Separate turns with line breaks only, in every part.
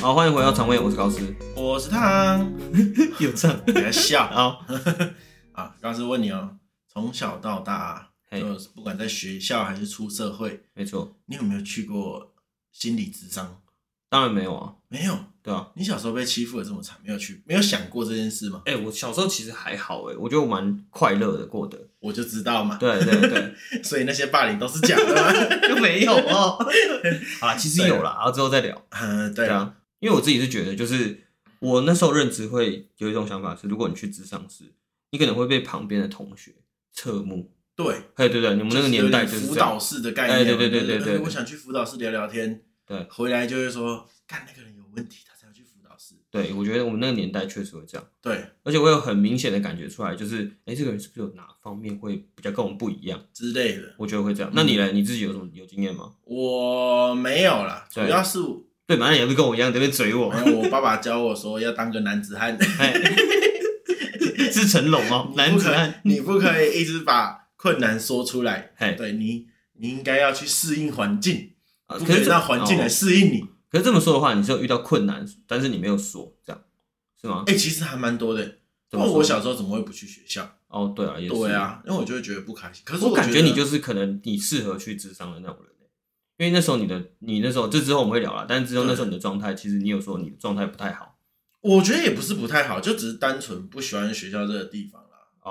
好，欢迎回到肠胃，我是高斯。
我是汤，
有这样
你 在笑
好，
啊？刚是问你哦，从小到大，啊
嘿
就是不管在学校还是出社会，
没错，
你有没有去过心理咨商？
当然没有啊，
没有。
对啊。
你小时候被欺负的这么惨，没有去，没有想过这件事吗？
哎、我小时候其实还好、哎，我觉得我蛮快乐的过的。
我就知道嘛，
对对对，
所以那些霸凌都是假的嘛。
就没 有哦。啊，其实有啦，然后之后再聊。
嗯，对
对
啊，
啊，因为我自己是觉得，就是我那时候认知会有一种想法是，如果你去智商室，你可能会被旁边的同学侧目。
对，
哎，对对，你们那个年代就是
有点辅
这样
导。室的概念
哎
嘛，
对对对
就是
对对
哎我想去辅导室聊聊天，
对
回来就会说，干那个人有问题，他才要去辅导室。
对，我觉得我们那个年代确实会这样，
对，
而且会有很明显的感觉出来，就是哎、这个人是不是有哪方面会比较跟我们不一样？
之类的。
我觉得会这样。那你呢？你自己有什么有经验吗？
我没有啦，主
对
要是我
对，反正也不是跟我一样在那边嘴我，
没有我爸爸教我说要当个男子汉，
哎 是成龙 哦，男
不
子
可
汉，
你不可以一直把困难说出来，
哎，
对你，你应该要去适应环境，
啊
不可以
这
让环境来
哦
适应你。
可是这么说的话，你是有遇到困难，但是你没有说，这样是吗？
哎，其实还蛮多的。
怎
因
么
为
说
我小时候怎么会不去学校？
哦，对啊，也是。
对，啊，因为我就会觉得不开心。可是
我感
觉
觉你
得
就是可能你适合去智商的那种人，欸因为那时候你的你那时候这之后我们会聊啦，但是之后
对
那时候你的状态，其实你有说你的状态不太好。
我觉得也不是不太好，就只是单纯不喜欢学校这个地方啦。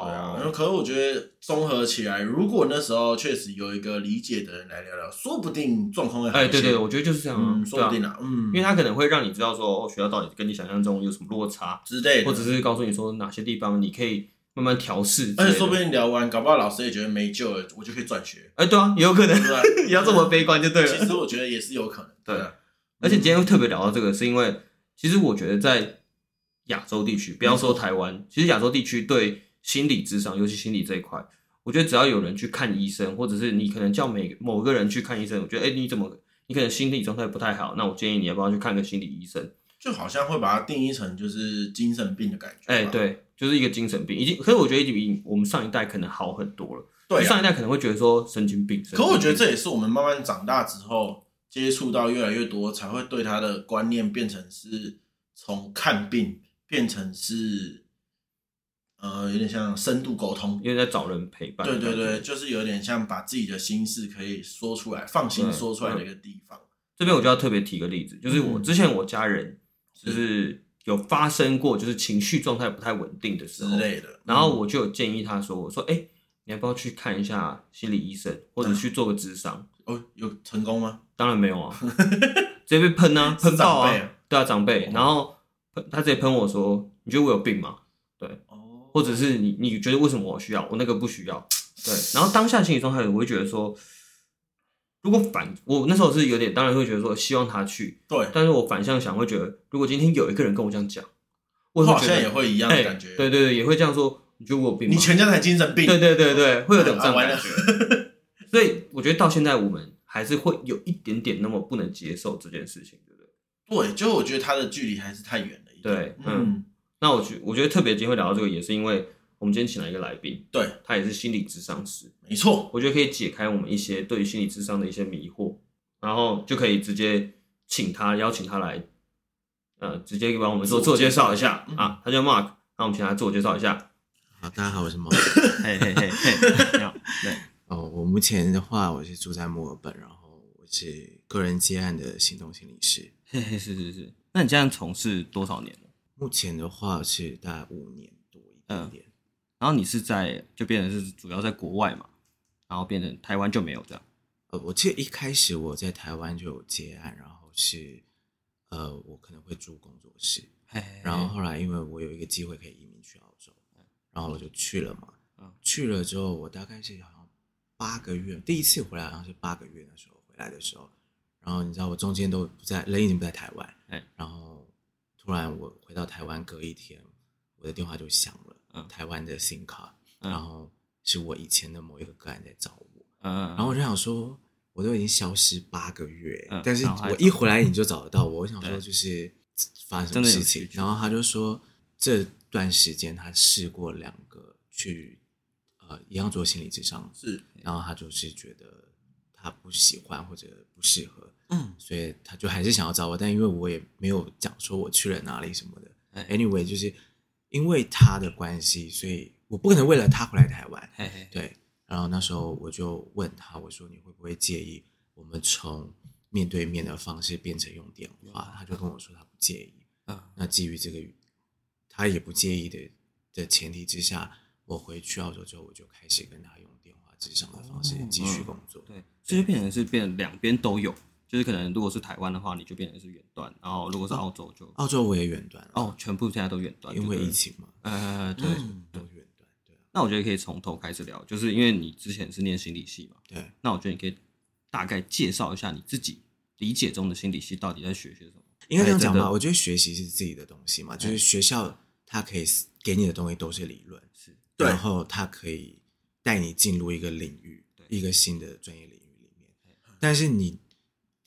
对啊，然
哦，
后可是我觉得综合起来，如果那时候确实有一个理解的人来聊聊，说不定状况会好
哎，
一些。
对对，我觉得就是这样啊
嗯，，
对
说
啊
不，定啊，嗯，
因为他可能会让你知道说，哦，学校到底跟你想象中有什么落差，
之类的，
或者是告诉你说哪些地方你可以慢慢调试之类的。
而且说不定聊完，搞不好老师也觉得没救了，我就可以转学，
哎，对啊，也有可能
对不对？
你要这么悲观就对
嗯其
了。
实我觉得也是有可能，
对
啊，
而且今天会特别聊到这个，是因为其实我觉得在亚洲地区，不要说台湾，其实亚洲地区对心理智商，尤其心理这一块，我觉得只要有人去看医生，或者是你可能叫每某个人去看医生，我觉得哎、你怎么你可能心理状态不太好，那我建议你要不要去看个心理医生？
就好像会把它定义成就是精神病的感觉吧，
哎、对，就是一个精神病，已经，可是我觉得已经比我们上一代可能好很多了。
对
上
啊。
一代可能会觉得说神经病，神经
可我觉得
病
这也是我们慢慢长大之后接触到越来越多，才会对他的观念变成是从看病变成是，呃，有点像深度沟通。
因为在找人陪伴。
对对对，，就是有点像把自己的心事可以说出来，放心
对
说出来的一个地方。
这边我就要特别提个例子，就是我
嗯
之前我家人就是有发生过，就是情绪状态不太稳定的时
之
候，
类的。嗯
然后我就有建议他说，我说，哎、你要不要去看一下心理医生，或者去做个智商？
哦，有成功吗？
当然没有啊，直接被喷 啊，喷爆
是长辈啊
啊，对啊，长辈
哦，
然后喷他直接喷我说，你觉得我有病吗？
哦，
或者是你你觉得为什么我需要，我那个不需要？对，然后当下心理状态，我会觉得说，如果反我那时候是有点，当然会觉得说希望他去，
对，
但是我反向想，会觉得如果今天有一个人跟我这样讲，我
我
会
好
觉
像
得
也会一样
哎
的感觉。
对对对，也会这样说，你觉得我有病吗？
你全家才精神病。
对对对对，会有点这
啊
样
完
感
了
觉。所以我觉得到现在我们还是会有一点点那么不能接受这件事情，对不对？
对，就我觉得他的距离还是太远了一点。
对
嗯，
那我觉我觉得特别今天会聊到这个，也是因为我们今天请来一个来宾，
对，
他也是心理智商师，
没错，
我觉得可以解开我们一些对于心理智商的一些迷惑，然后就可以直接请他邀请他来，呃，直接帮我们做自
自我
我
介
介
绍
绍一下啊，他叫 Mark，那我们请他自我介绍一下。
好，大家好，我是毛。
嘿嘿嘿嘿，你好，对，
哦，我目前的话，我是住在墨尔本，然后我是个人接案的行动心理师。
嘿嘿是是是。那你这样从事多少年了？
目前的话是大概五年多一点点。
然后你是在就变成是主要在国外嘛，然后变成台湾就没有这样。
呃，我记得一开始我在台湾就有接案，然后是呃，我可能会住工作室，
嘿
然后后来因为我有一个机会可以移民去澳洲，然后我就去了嘛。
嗯
去了之后，我大概是好像八个月，第一次回来好像是八个月那时候回来的时候，然后你知道我中间都不在，人已经不在台湾，
哎
然后突然我回到台湾隔一天，我的电话就响了，
嗯
台湾的 SIM 卡，
嗯
然后是我以前的某一个个案在找我，
嗯，
然后我就想说，我都已经消失八个月，
嗯
但是
然后还
我一回来你就找得到我。我想说，
对
就是发生什
真
么
的有
事
需
情。
求
然后他就说，这段时间他试过两个去呃一样做心理智商，
是
然后他就是觉得他他不喜欢或者不适合，
嗯，
所以他就还是想要找我，但因为我也没有讲说我去了哪里什么的
哎。
Anyway，就是因为他的关系，所以我不可能为了他回来台湾。
嘿嘿，
对，然后那时候我就问他，我说你会不会介意我们从面对面的方式变成用电话？他就跟我说他不介意。
嗯
那基于这个，他也不介意的的前提之下，我回去澳洲之后，我就开始跟他用电话至上的方式
哦
继续工作。
对，
对
这就变成是变成两边都有，就是可能如果是台湾的话，你就变成是远端，然后如果是澳洲就
澳洲我也远端了，
哦，全部现在都远端，
因
就
为
对
疫
了，
情嘛，
呃，对，
嗯都远端，对啊
那我觉得可以从头开始聊，就是因为你之前是念心理系嘛，
对。
那我觉得你可以大概介绍一下你自己理解中的心理系到底在学些什么。
应该这样
哎
讲
真的
吧，
哎
我觉得学习是自己的东西嘛，就是学校它可以给你的东西都是理论，
是
对
然后它可以带你进入一个领域，
对哎
一个新的专业领域里面。但是你，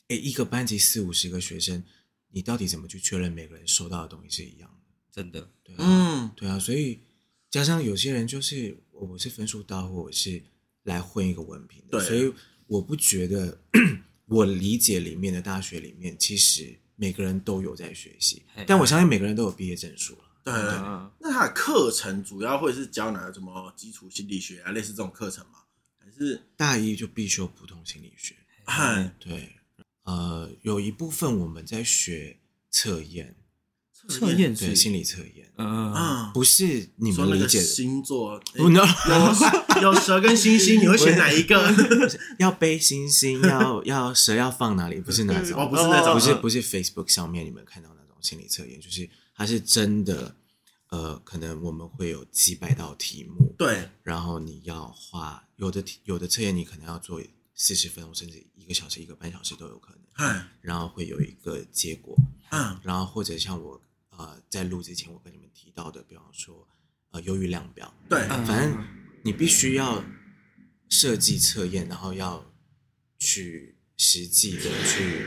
诶，一个班级四五十个学生，你到底怎么去确认每个人收到的东西是一样的？
真的，
对啊，
嗯，
对啊，所以加上有些人就是我我是分数大户，我是来混一个文凭的，
对
所以我不觉得我理解里面的大学里面，其实每个人都有在学习
嘿，
但我相信每个人都有毕业证书了。
对，
呃
嗯，
那他的课程主要会是教哪什么基础心理学啊，类似这种课程吗？还是
大一就必修普通心理学，
哎，
对，呃，有一部分我们在学测验，
测验
对，心
理，
理测验，
嗯，
啊？
不是你
说
们
那
理
个
解的，
星座，哎
不 能
有有蛇跟星星，你会选哪一个？
要背 星星，要要蛇要放哪里，不是那种，
哦，不是那种，
不是
嗯
不是 Facebook 上面你们看到那种心理测验，就是它是真的，呃，可能我们会有几百道题目，
对，
然后你要画有的题有的测验你可能要做四十分钟甚至一个小时一个半小时都有可能，
哎，
然后会有一个结果，
嗯，
然后或者像我呃在录之前我跟你们提到的，比方说呃忧郁量表，
对，
嗯
反正你必须要设计测验，然后要去实际的去。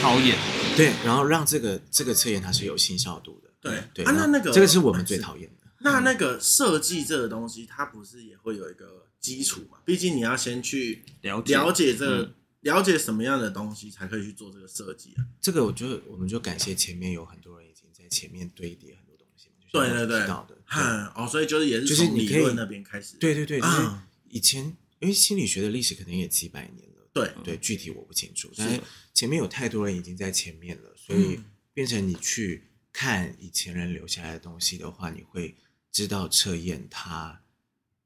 超演，
对，然后让这个这个测验它是有信效度的。
对
对，
啊那
然后
那个
这个是我们最讨厌的。
那那个设计这个东西，它不是也会有一个基础嘛？毕竟你要先去
了解
了解这
嗯
个，了解什么样的东西才可以去做这个设计啊？
这个我觉得我们就感谢前面有很多人已经在前面堆叠很多东西嘛，就
对
像
对
我
对
提到的，
嗯，哦，所以就是也
就是是
从
你
理
可以
论那边开始，
对对对，就是
啊
以前因为心理学的历史可能也几百年了，
对
对，具体我不清楚，
嗯是的嗯
但是前面有太多人已经在前面了，所以变成你去看以前人留下来的东西的话，你会知道测验它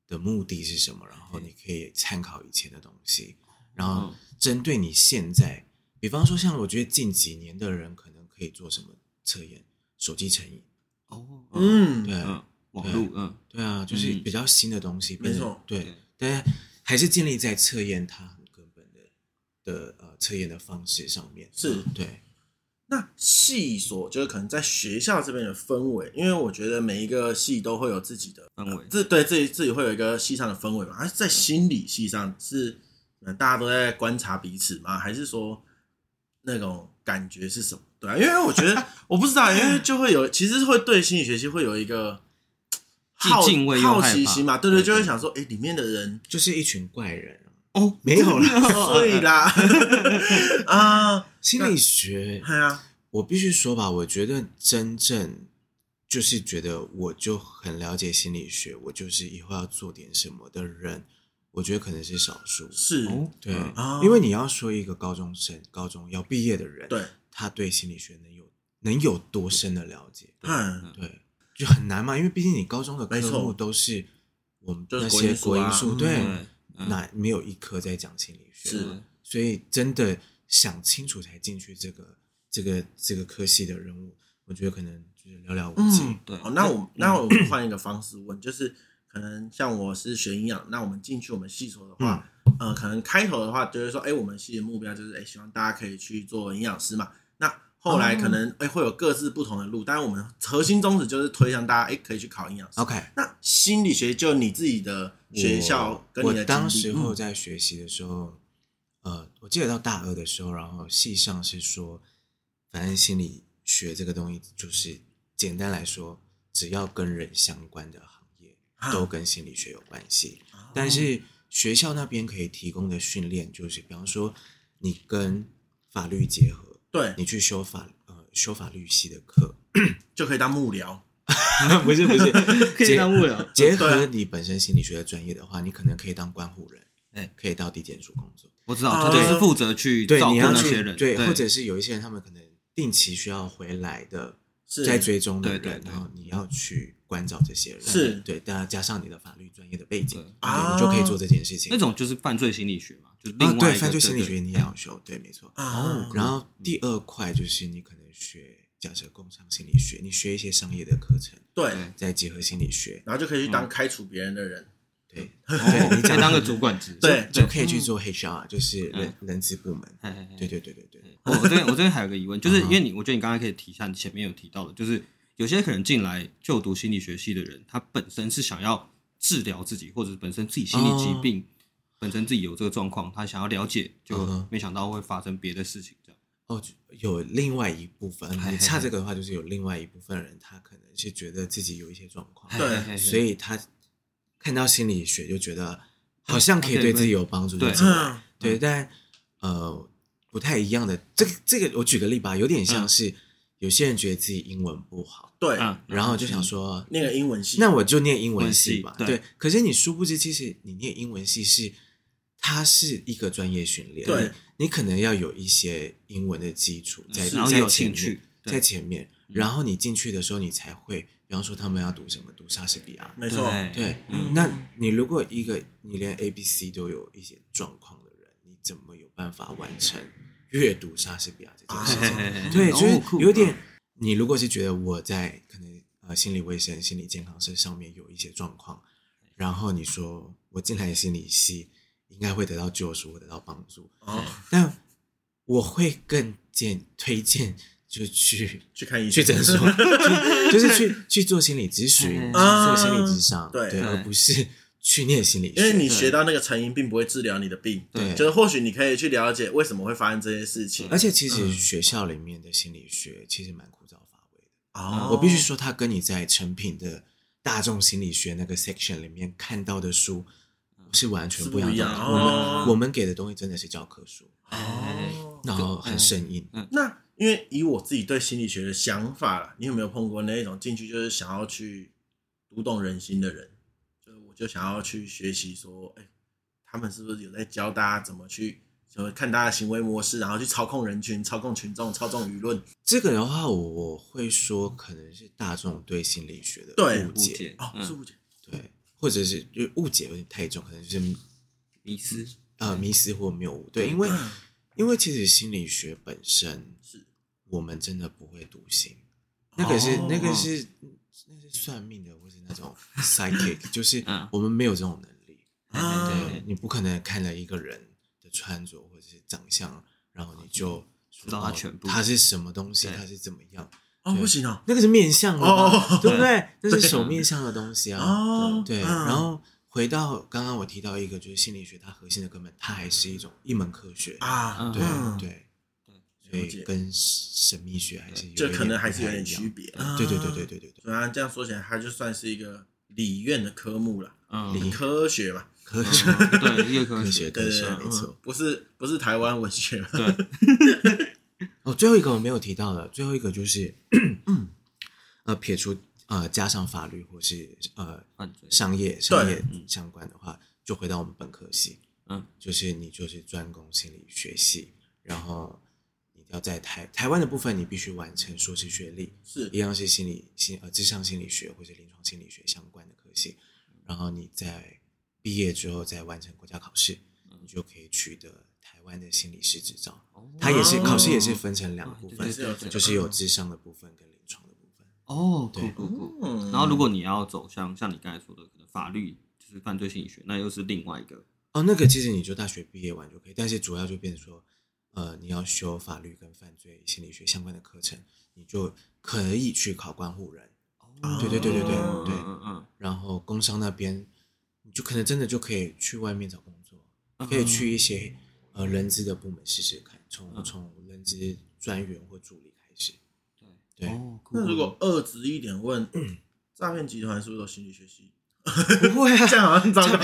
的目的是什么，然后你可以参考以前的东西，然后
嗯
针对你现在，比方说像我觉得近几年的人可能可以做什么测验，手机成瘾，
哦，嗯
嗯，
对，
嗯，网络，嗯，
对啊，就是
嗯
比较新的东西，变成
没错
对
对，
但还是建立在测验它很根本的的呃测验的方式上面。嗯
是
对，
那系所就是可能在学校这边的氛围，因为我觉得每一个系都会有自己的
氛围
自对自己自己会有一个系上的氛围嘛。而在心理系上是，嗯，大家都在观察彼此吗？还是说那种感觉是什么？对啊，因为我觉得我不知道，因为就会有其实会对心理学系会有一个
既
好
敬畏又
好
害
奇
怕
心嘛，对对，
对
就会
对
想说，哎，里面的人
就是一群怪人啊。
哦，
没有啦
对啦， 啊，
心理学，
对啊，
我必须说吧，我觉得真正就是觉得我就很了解心理学，我就是以后要做点什么的人，我觉得可能是少数。
是，
哦，
对，
嗯
啊
因为你要说一个高中生、高中要毕业的人，
对，
他对心理学能有能有多深的了解？
嗯。
对，就很难嘛，因为毕竟你高中的科
没错
目都是我们
就是
那些
国
国
英
英
数
数，
啊
对
嗯，嗯
那没有一科在讲心理学，
是
所以真的想清楚才进去这个这个这个科系的人物，我觉得可能就是寥寥无几。
嗯
对
哦，那我那我们换一个方式问，就是可能像我是学营养，那我们进去我们系所的话，
嗯
呃，可能开头的话就是说，哎、我们系的目标就是，哎、希望大家可以去做营养师嘛。那后来
哦
可能哎、诶会有各自不同的路，但是我们核心宗旨就是推向大家，哎、可以去考营养师。
嗯 OK，
那心理学就你自己的学
我
校跟你
我
的
当
经历
时
嗯
候在学习的时候，呃，我记得到大二的时候，然后系上是说，反正心理学这个东西就是简单来说，只要跟人相关的行业
啊
哦
都跟心理学有关系，但是学校那边可以提供的训练，就是比方说你跟法律结合，
对，
你去修法呃修法律系的课，
就可以当幕僚。
不是不是，
可以
结
当幕僚
结合你本身心理学的专业的话，你可能可以当关护人，
哎
可以到地检署工作。
我知道，
啊
他就是负责去
对
照，顾
你要
那
去
些人，
对，
对，
或者是有一些人他们可能定期需要回来的，
是
在追踪的人，
对对对
然后你要去关照这些人，
是
对，加加上你的法律专业的背景
对，
啊
你就可以做这件事情。
那种就是犯罪心理学嘛，就是另
啊
外，一个
对，犯罪心理学
对 哦
你也要修，对，没错。
啊
然后
嗯
第二块就是你可能学，假设工商心理学，你学一些商业的课程，
对，
对
再结合心理学，
然后就可以去
嗯
当开除别人的人。
对，
对
对你
可以
讲
当个主管职，
对
就可以
嗯
去做 HR，就是人
哎
人资部门。
嘿嘿嘿
对对对对对，
我这边我这边还有个疑问，就是因为你，我觉得你刚才可以提一下，你前面有提到的，就是有些可能进来就读心理学系的人，他本身是想要治疗自己，或者本身自己心理疾病，本身自己有这个状况，他想要了解，
嗯
就
哼
没想到会发生别的事情，这样。
哦，就有另外一部分，
嘿嘿
你差这个的话，就是有另外一部分人，他可能是觉得自己有一些状况，
对
嘿嘿嘿嗯
所以他看到心理学就觉得好像可以对自己有帮助，
对
就进来
嗯，
对，但呃不太一样的。这个这个，我举个例吧，有点像是有些人觉得自己英文不好，
对，
嗯，
然后就想说，
那个英文系，
那我就念英文系吧，
英文系对
对。可是你殊不知，其实你念英文系是它是一个专业训练，
对
你，你可能要有一些英文的基础在，
嗯然后
在
有
前
兴
面
趣，嗯
在前面，然后你进去的时候，你才会，比方说他们要读什么，读莎士比亚，
没错，
对，
嗯
那你如果一个你连 A、B、C 都有一些状况的人，你怎么有办法完成阅读莎士比亚这件事情？
啊
对，就
哦酷
是有点，你如果是觉得我在可能呃心理卫生、心理健康这上面有一些状况，然后你说我进来心理系应该会得到救赎，会得到帮助，
哦，
但我会更荐推荐就去
去看医
去
生，
诊所，去就是去去做心理咨询，去
啊
做心理咨商，
对
对，
对
而不是去念心理学。
因为你学到那个成因，并不会治疗你的病，
对
就是或许你可以去了解为什么会发生这些事情
而。且其
嗯
实学校里面的心理学其实蛮枯燥乏味的。
哦
我必须，说，它跟你在成品的大众心理学那个 section 里面看到的书是完全
是不
不一样
一
的。
样
我们、
哦
我们给的东西真的是教科书，
哦
然后很生硬。
那因为以我自己对心理学的想法啦，你有没有碰过那一种进去就是想要去读懂人心的人？就是我就想要去学习说，哎、他们是不是有在教大家怎么去，就是看大家的行为模式，然后去操控人群、操控群众、操纵舆论？
这个的话，我我会说可能是大众对心理学的
对
误
误
解，
解
哦，
嗯
是不是？
对，或者是就误解有点太重，可能就是
迷失，
呃迷失或谬误。对，因为
嗯
因为其实心理学本身
是
我们真的不会读心，那个是、那个
哦
是那是算命的，或是那种 psychic，就是
嗯
我们没有这种能力。
啊
对，你不可能看了一个人的穿着或者是长相，然后你就
知道他
哦
全部
他是什么东西，
对
他是怎么样。
哦，不行哦，
那个是面相的嘛，
哦
对不对？那
对
是手面相的东西啊。
哦，
对，
嗯
然后回到刚刚我提到一个，就是心理学它核心的根本，它还是一种一门科学。
啊，
对、
嗯
对，
了
所以
解，
跟神秘学还是有
这可能还
不
是有
太
点
一样
区。别。嗯啊
对对对对
对。
对对对，
虽然这样说起来，它就算是一个理院的科目啦，
嗯，
理
科学嘛，
科学
对，一个科
科
学，
学
对
科
对
学
对，
没错
嗯。不是不是台湾文学嘛，
对，
哦，最后一个我没有提到的，最后一个就是， 呃，撇除呃加上法律或是呃
犯罪
商业商业相关的话，就回到我们本科系，
嗯，
就是你就是专攻心理学系，然后你要在台台湾的部分，你必须完成硕士学历，
是
一样是心理心呃智商心理学或者临床心理学相关的科系，然后你在毕业之后再完成国家考试，
嗯
你就可以取得台湾的心理师执照。它也是
哦
考试也是分成两个部
哦对嗯
分
是，有这个
就是有智商的部分跟临床的部分。
哦，酷
对
酷酷。
嗯
然后，如果你要走向像你刚才说的，可能法律就是犯罪心理学，那又是另外一个
哦，那个其实你就大学毕业完就可以，但是主要就变成说，呃，你要修法律跟犯罪心理学相关的课程，你就可以去考关护人。对对对对对
哦
对，
嗯嗯
然后工商那边，你就可能真的就可以去外面找工作，
嗯
可
嗯
以去一些呃人资的部门试试看，从从人资专员或助理开始。
嗯，
对，
哦，酷
嗯
那如果二职一点问，诈骗集团是不是都心理学系？
不会啊，
这样好像糟糕。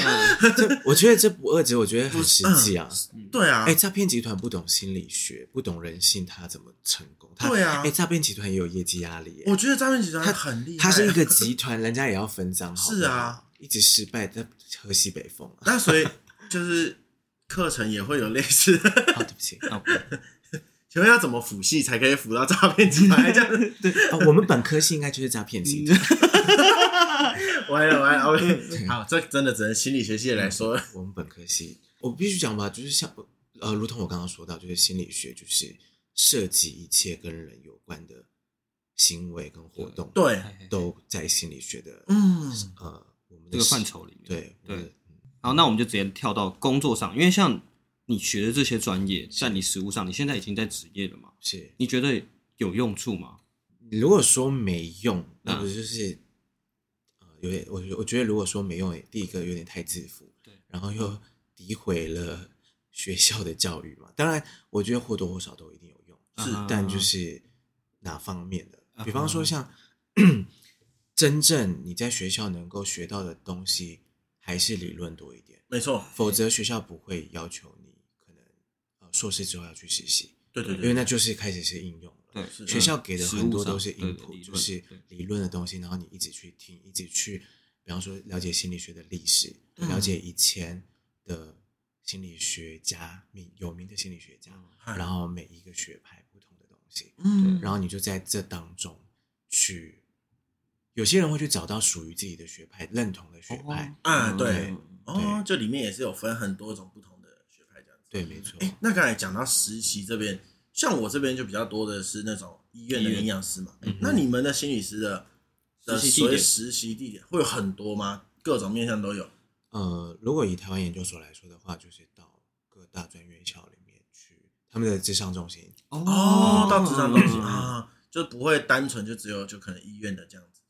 这我觉得这不二者，我觉得很实际啊。
对啊，
哎，诈骗集团不懂心理学，不懂人性，他怎么成功？他
对啊
哎，诈骗集团也有业绩压力耶。
我觉得诈骗集团很厉害，啊
他是一个集团，人家也要分赃，好不好
是啊，
一直失败，他喝西北风 啊。
那所以就是课程也会有类似的，
好，哦对不起
啊，
请问要怎么辅系才可以辅到诈骗集团？ 这样子
啊，我们本科系应该就是诈骗集团，
嗯
嗯
完了完了，OK，好，这真的只能心理学系的来说了。
我们本科系，我必须讲吧，就是像呃，如同我刚刚说到，就是心理学就是涉及一切跟人有关的行为跟活动，
对，
都在心理学的
嗯，
呃我们的
这个范
系，
畴里面。
对
对，
我们的
好，那我们就直接跳到工作上，因为像你学的这些专业，在你实务上，你现在已经在职业了嘛？啊
是。
你觉得有用处吗？
如果说没用，那
嗯
不就是、呃有点我觉我觉得如果说没用，第一个有点太自负，
对，
然后又诋毁了学校的教育嘛。当然，我觉得或多或少都一定有用，
是
但就是哪方面的，
啊
比方说像、 真正你在学校能够学到的东西，还是理论多一点，
没错，
否则学校不会要求你可能呃硕士之后要去实习，
对对
因为
对，
那就是开始是应用了。
对，
是
学校给
嗯
的
实
很
务
多都
上
是
对
input，
理
就
论
是
对
理论的东西，然后你一直去听，一直去，比方说了解心理学的历史，
嗯
了解以前的心理学家名有名的心理学家，
嗯
然后每一个学派不同的东西，
嗯，
然后你就在这当中去，有些人会去找到属于自己的学派，认同的学派，
啊，对
对，
嗯
哦，这里面也是有分很多种不同的学派这样子。
对，没错，
哎，那刚才讲到实习这边，像我这边就比较多的是那种医院的
医院
营养师嘛。
嗯
那你们的心理师的的
实习地
所谓
点
实习地点会有很多吗？各种面向都有。
呃，如果以台湾研究所来说的话，就是到各大专院校里面去，他们的智商中心。
哦，到职场东西
嗯
啊，就不会单纯就只有就可能医院的这样子。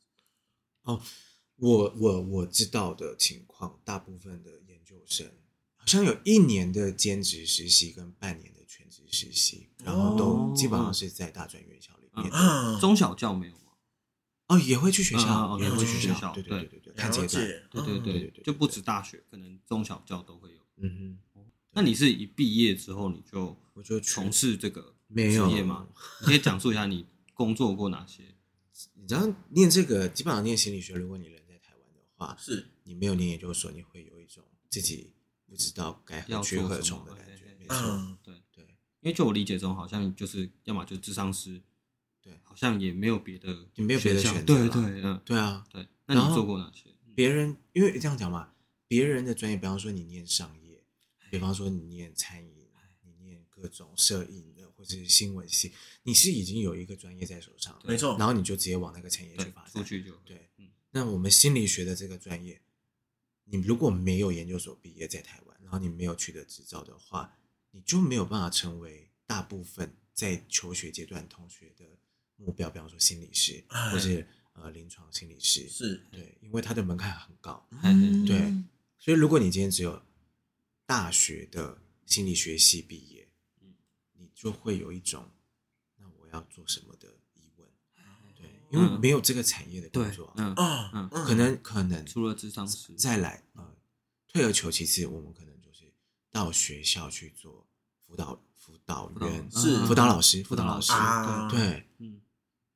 我我我知道的情况，大部分的研究生好像有一年的兼职实习跟半年的全职实习，然后都
哦嗯
基本上是在大专院校里面的。
啊，
中小教没有吗？
哦，也会去学
嗯
校，
嗯嗯
也会
也会去
学
学校
对对对对，看阶
了
段。
解，
对对
嗯
对对
对
对
就不止大学，可能中小教都会有。
嗯哼，
那你是一毕业之后你就
我就去
从事这个
没
职
有
业吗？你可以讲述一下你工作过哪些？
你知道念这个，基本上念心理学，如果你人在台湾的话，
是
你没有念研究所，你会有一种自己不知道该
要
何去
做
何
什
从
么
的感
哎哎
觉
哎。
没错，
嗯，
对，
对
因为就我理解中，好像就是要么就是智商师，
对
好像也没有别的学校，
也没有别的选择
对
了
对，嗯，
对啊，
对。那
然
你
后
做过哪些？
别人因为这样讲嘛，别人的专业，比方说你念商业，比方说你念餐饮，
哎
你念各种摄影的或者是新闻系，你是已经有一个专业在手上了，
没错
然后你就直接往那个产业去
哦对
发，
出
展。
去就会
对，
嗯，
那我们心理学的这个专业，你如果没有研究所毕业在台湾，然后你没有取得执照的话，你就没有办法成为大部分在求学阶段同学的目标，比方说心嗯理师
哎
或是呃临床心理师。
是，
对，因为它的门槛很高。
哎哎
对
嗯，
所以如果你今天只有大学的心理学系毕业，你就会有一种那我要做什么的疑问，对，因为
嗯
没有这个产业的工
对
作，，
嗯，
啊
嗯，
嗯
可能可能
除了智商师，
再来呃，退而求其次，我们可能就是到学校去做辅导辅导员，
辅导是
辅导老师，辅导老
老
师，
啊，，
对
嗯，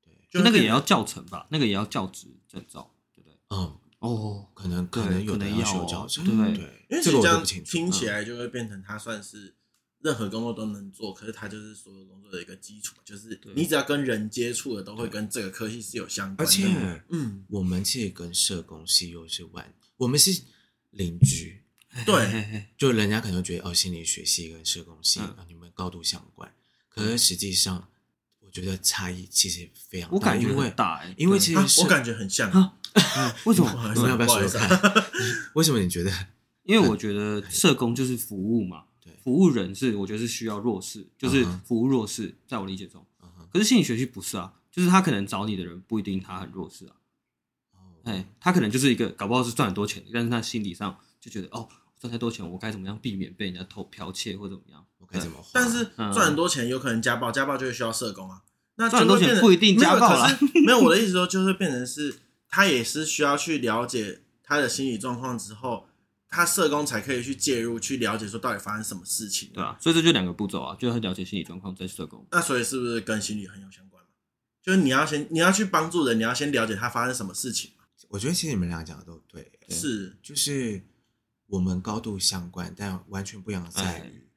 对，
就那个也要教程吧，那个也要教职证照，对不对？
嗯，
哦，
可能
对
可能有
可
的
能
要
要
修
哦
教程，
对
对，
因为其实
这个我
这
就
样
不清楚，嗯
听起来就会变成他算是任何工作都能做，可是他就是所有工作的一个基础，就是你只要跟人接触的，都会跟这个科系是有相关的。
而且
嗯，
我们其实跟社工系又是完，我们是邻居，
对，
就人家可能觉得哦，心理学系跟社工系
嗯
啊、你们高度相关，可是实际上我觉得差异其实非常大，
我感觉
因为
很大哎，
因为
对
其
啊
实是、
我感觉很 像，
啊哎为什
不好
么
意
你
思？
们要不要
不好
说
意
说
思
看？ 为什么你觉得？
因为我觉得社工就是服务嘛
对，
服务人是我觉得是需要弱势，就是
嗯哼
服务弱势，在我理解中
嗯哼。
可是心理学系不是啊，就是他可能找你的人不一定他很弱势啊，
哦
哎，他可能就是一个搞不好是赚很多钱，但是他心理上就觉得哦，赚太多钱，我该怎么样避免被人家偷剽窃或怎么样？
我该怎么画？
但是
嗯
赚很多钱有可能家暴，家暴就会需要社工啊。那就
赚很多
会变
钱
成
不一定家暴啦
没有，可是没有我的意思说，就是变成是他也是需要去了解他的心理状况之后，他社工才可以去介入，去了解说到底发生什么事情。
对
嗯
啊，所以这就两个步骤啊，就很了解心理状况再社工。
那所以是不是跟心理很有相关嘛？就是你要先，你要去帮助人，你要先了解他发生什么事情嘛。
我觉得其实你们俩讲的都对，
对
是，
就是我们高度相关，但完全不一样的在
哎
于，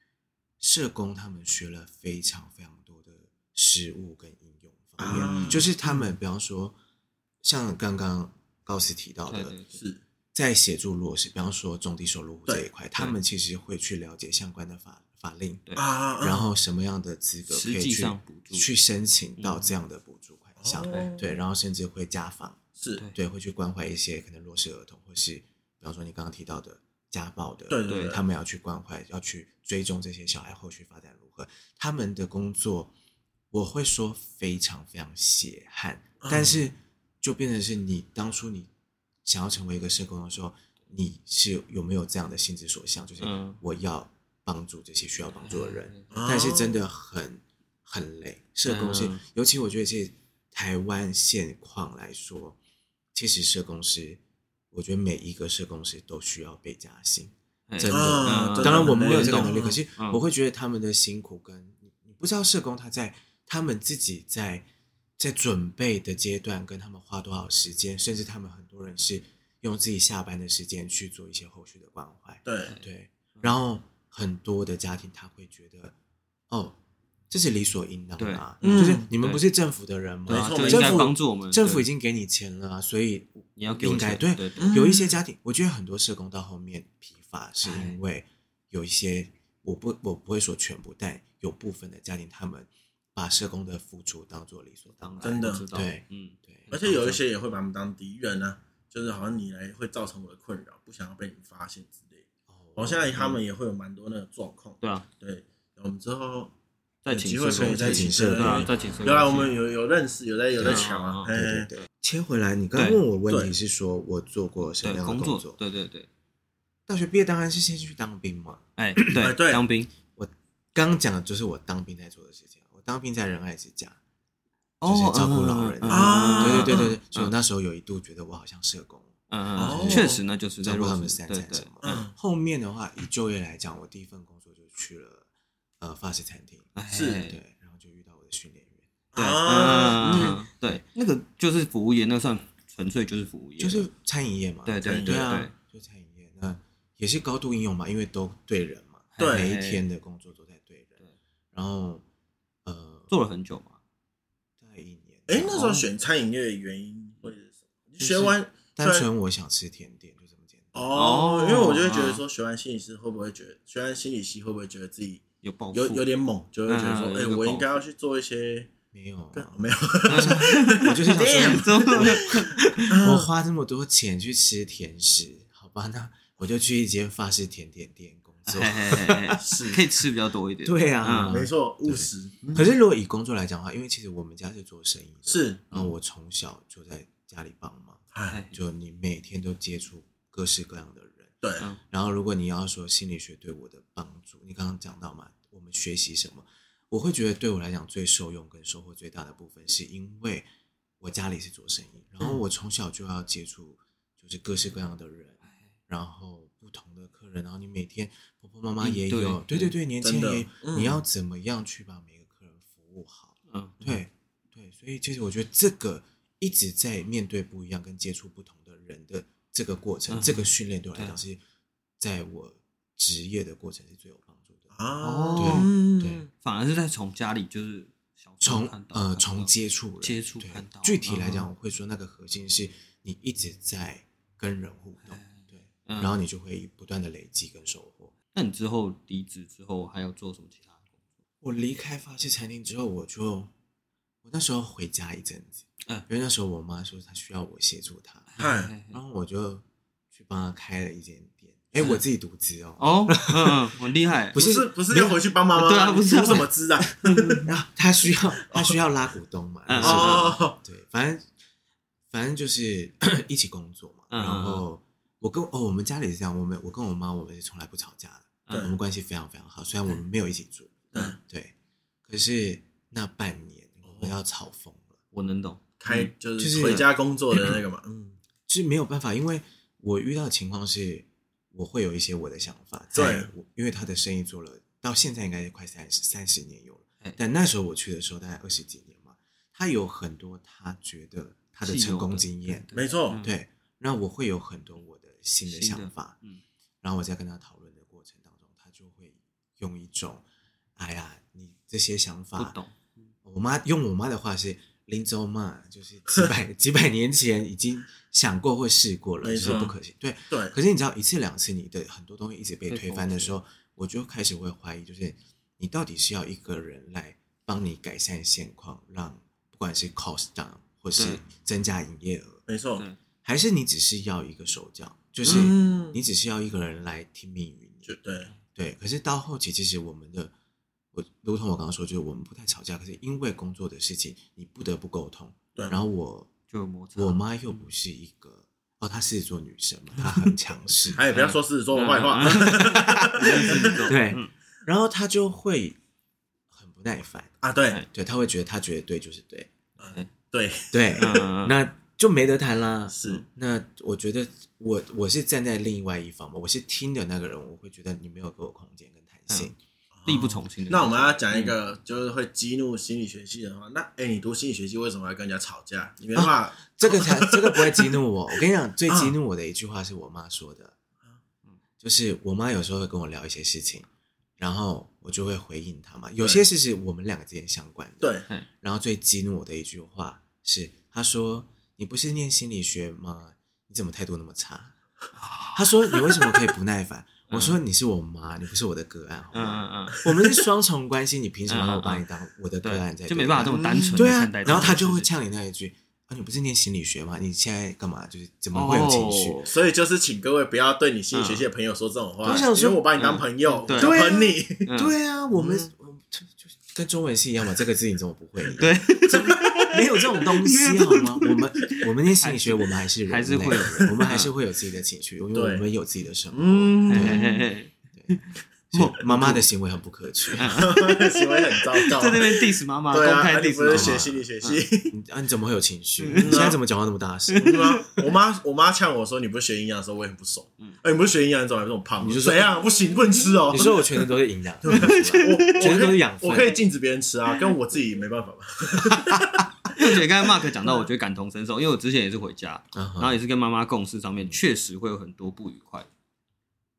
社工他们学了非常非常多的实务跟应用方面，
啊
就是
嗯
他们比方说，像刚刚高斯提到
对
的，
对对，
是
在协助弱势，比方说中低收入户这
对
一块，他们其实会去了解相关的法法令，
对
啊，
然后什么样的资格可
实
以
际
去
上补助嗯
去申请到这样的补助款项，
哦
对，然后甚至会家访。
是，
哎对
对，会去关怀一些可能弱势儿童，或是比方说你刚刚提到的家暴的，
对对
对
他们要去关怀，要去追踪这些小孩后续发展如何。他们的工作，我会说非常非常血汗，
嗯
但是就变成是你当初你想要成为一个社工的时候，你是有没有这样的心之所向？就是
嗯
我要帮助这些需要帮助的人，
哦
但是真的很很累。社工是，
嗯
尤其我觉得是台湾现况来说，其实社工师，我觉得每一个社工师都需要被加薪。
哎
真的
啊
嗯
真的
当然我
很
们没有
累
这个
真的
能力，
嗯
可是
嗯
我会觉得他们的辛苦跟你你不知道社工他在他们自己在在准备的阶段，跟他们花多少时间，甚至他们很多人是用自己下班的时间去做一些后续的关怀。
对，
对，
嗯
然后很多的家庭他会觉得，哦，这是理所应当的啊，
对嗯
就是你们
对
不是政府的人
对
吗？
啊，
没错
就
没
应
错
该
政府
帮助我们。
政府
对
已经给你钱了啊，所以
你要给我
应该
钱
对。
对对
有一些家庭，我觉得很多社工到后面疲乏，是
哎
因为有一些我不我不会说全部，但有部分的家庭他们把社工的付出当做理所当然。
真的
我知道
对
嗯，
对，
而且有一些也会把我们当敌人啊，就是好像你来会造成我的困扰，不想要被你发现之类的。好
哦
像他
嗯
们也会有蛮多那个状况。
对啊，
对，我们之后
在
有
请
机会
社
可以
工，
再
请
社
对啊，
工
在请社工。
原来我们有有认识，有在有在
对啊
抢啊，
对
对对
哎，
对。切回来，你刚刚
对
问我问
对
题是说我做过什
对
么样的
工
工
作，对对对，
大学毕业当然是先去当兵嘛。
哎，
哎
对
对
当兵
刚刚讲的就是我当兵在做的事情，我当兵在仁爱之家，
哦
就是照顾老人
嗯嗯嗯
啊
对对对对
嗯
对，所以我那时候有一度觉得我好像社工，
嗯，
哦
嗯，确实那就是在
照顾
弱
他
势
们三
对
餐
对
什，么。
嗯
后面的话，以就业来讲，我第一份工作就去了呃法式餐厅，
哎
是
对
对，然后就遇到我的训练员，
啊，
嗯，对，那个就是服务业，那算纯粹就是服务业了，
就是餐饮业嘛，
对对
对
对
对
啊，就餐饮业，那也是高度应用嘛，因为都对人嘛，
哎
对
每一天的工作都在对
对
人，然后呃，
做了很久嘛，
大概一年，
哎，那时
哦
候选餐饮业的原因会是什么？你学完
单纯我想吃甜点，就这么简单。
哦，因为我就会觉得
哦
说，学完心理师会不会觉得，学完心理系会不会觉得自己
有抱负，
有 有点猛，就会觉得
嗯
说，哎，
有个
我
抱
应该要去做一些，
没有啊，
没有，
我就是想说，
怎 么了
我花这么多钱去吃甜食，好吧，那我就去一间法式甜点店工
嘿
作。
嘿嘿嘿是哎可以吃比较多一点，
对
嗯
啊
没错，务实
可是如果以工作来讲的话，因为其实我们家是做生意的，，
是，
然后我从小就在家里帮忙，
哎，
哎
就你每天都接触各式各样的人。
对，
嗯
然后，如果你要说心理学对我的帮助，你刚刚讲到嘛，我们学习什么，我会觉得对我来讲最受用跟收获最大的部分，是因为我家里是做生意，然后
嗯
我从小就要接触就是各式各样的人，
哎
然后不同的客人，然后你每天婆婆妈妈
应
也
对
有，对对对，年轻
真的
人也有，
嗯
你要怎么样去把每个客人服务好？
嗯，
对对，所以其实我觉得这个一直在面对不一样跟接触不同的人的这个过程，
嗯
这个训练对我来
对
讲是在我职业的过程是最有帮助的。
啊，
哦
对对
反而是在从家里就是小时候
从
看到
呃
看到
从接触人
接触
对
看到
具体来
嗯
讲，我会说那个核心是你一直在跟人互动，对，
嗯
然后你就会不断的累积跟收获。
那你之后离职之后还有做什么其他的工作？
我离开法式餐厅之后，我就我那时候回家一阵子，
嗯
因为那时候我妈说她需要我协助 她，
哎，
然后我就去帮她开了一间店，哎，我自己独资哦，
嗯哦， 嗯，很厉害，
不
不是
是
不是要回去帮妈妈，
对啊 不是啊
出什么资啊，
然后她需要她需要拉股东嘛，
嗯
那时候
哦，
对，反正反正就是 一起工作嘛。
嗯
然后我跟哦，我们家里是这样，我们我跟我妈我们是从来不吵架的，
对
嗯
我们关系非常非常好。虽然我们没有一起住，
嗯
对，可是那半年我们要吵疯了，
我能懂，
开就
就是是
回家工作的那个嘛，嗯，
就是没有办法，因为我遇到的情况是，我会有一些我的想法。在
对
我，因为他的生意做了到现在应该也快三十三十年有了
哎，
但那时候我去的时候大概二十几年嘛，他有很多他觉得他的
既有
成功
的
经验，
对
没错，
嗯
对，那我会有很多我的新的
新
想
的
法，
嗯，
然后我在跟他讨论的过程当中，他就会用一种，哎呀，你这些想
不
法，
懂，
我妈用我妈的话是林州嘛，就是几 百几百年前已经想过或试过了，
没
是不
错
可行。对，
对，
可是你知道一次两次你的很多东西一直被
被
推
否
翻的
决
时候，我就开始会怀疑，就是你到底是要一个人来帮你改善现况，让不管是 cost down 或是
对
增加营业额，
没错，
对
还是你只是要一个手脚，就是
嗯
你只是要一个人来听命于你。
就对，
对，可是到后期，其实我们的，我如同我刚刚说，就是我们不太吵架，可是因为工作的事情，你不得不沟通。
对，
然后我
就有摩擦。
我妈又不是一个，哦，她是做女生嘛，她很强势
嗯
哎，不要说狮子座的坏话，
对，
嗯
然后她就会很不耐烦，
啊，
哎
对啊
对，她会觉得她觉得对就是对，
对，
对，
嗯，
那就没得谈啦。嗯
是
那我觉得我我是站在另外一方嘛，我是听的那个人，我会觉得你没有给我空间跟弹
嗯
性。
力不从心的。
哦
嗯
那我们要讲一个就是会激怒心理学系的话，那哎，你读心理学系为什么要跟人家吵架？你没办
啊
法，
这 个才这个不会激怒我。我跟你讲，最激怒我的一句话是我妈说的，就是我妈有时候会跟我聊一些事情，然后我就会回应她嘛。有些事是我们两个之间相关的。
对，
然后最激怒我的一句话是，她说：“你不是念心理学吗？你怎么态度那么差？”她说：“你为什么可以不耐烦？” 我说：“你是我妈，你不是我的个案，好
嗯
吗？
嗯嗯，
我们是双重关系，你凭什
嗯
么
嗯
让我把
嗯
你当我的个案在
对，
对待？
就没办法这么单纯
对
的
啊
看待，这件事情。
然后他就会呛你那一句啊，你不是念心理学吗？你现在干嘛？就是怎么会有情绪？
哦
所以就是请各位不要对你心理学系的朋友说这种话，
我想说啊
因为我把你当朋友，
啊嗯对
我就喷你，
嗯
对啊，我们、我们就就是跟中文是一样嘛，这个字你怎么不会？
对，
怎么没有这种东西好吗？我们我们念心理学，我们还是人类
还是会有人
我们还是会有自己的情绪，因为
对
我们有自己的生活。
嗯，
嘿 嘿嘿嘿
所以妈妈的行为很不可取，
嗯行为很糟糕，
在那边 diss 妈妈，公
对啊，
开嗯
啊你
diss
不
妈
是
妈。
学心理学系？
你 啊，你怎么会有情绪？你现在怎么讲话那么大声？
对啊我妈我妈呛我说你不是学营养的时候，我也很不爽。哎，你不是学营养，你怎么还这么胖？
嗯你就说
怎样？不行，不能吃哦。
你说我全身都是营养，看不出来
我
全
我
身都
可
是
以
养分
我可以禁止别人吃啊， 跟我自己没办法吧？
而且刚才 Mark 讲到，我觉得感同身受，因为我之前也是回家，
嗯
然后也是跟妈妈共事上面，确实会有很多不愉快。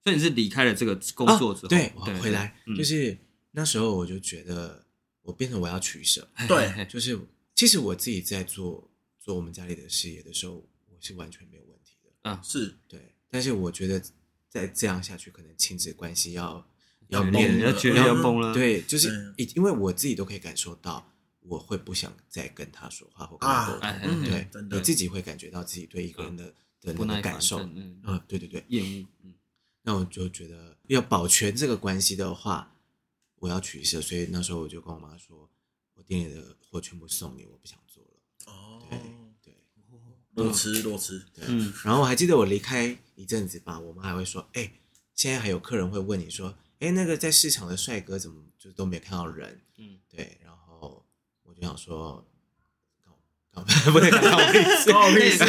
所以你是离开了这个工作之后，
啊、对，我
对
回来
嗯
就是那时候我就觉得我变成我要取舍，
对，
哎
就是其实我自己在做做我们家里的事业的时候，我是完全没有问题的，
是
对。但是我觉得再这样下去，可能亲子关系要要
决
崩
裂了
了，
要决裂要
嗯
崩了，，
对，就是
嗯
因因为我自己都可以感受到，我会不想再跟他说话或跟
啊
他沟通，
哎嗯
嗯
对
真，的
你自己会感觉到自己对一个人的、的
不
那
耐
个
烦
感受，
嗯，
嗯，对对对，
厌恶，嗯
那我就觉得要保全这个关系的话，我要取舍，所以那时候我就跟我妈说，我店里的货全部送你，我不想做了。
哦，
对对
裸吃裸 吃，
对、
嗯
然后我还记得我离开一阵子吧，我妈还会说，哎、现在还有客人会问你说，哎、那个在市场的帅哥怎么就都没看到人？
嗯，
对，然后我就想说，干我 不对，干 我屁事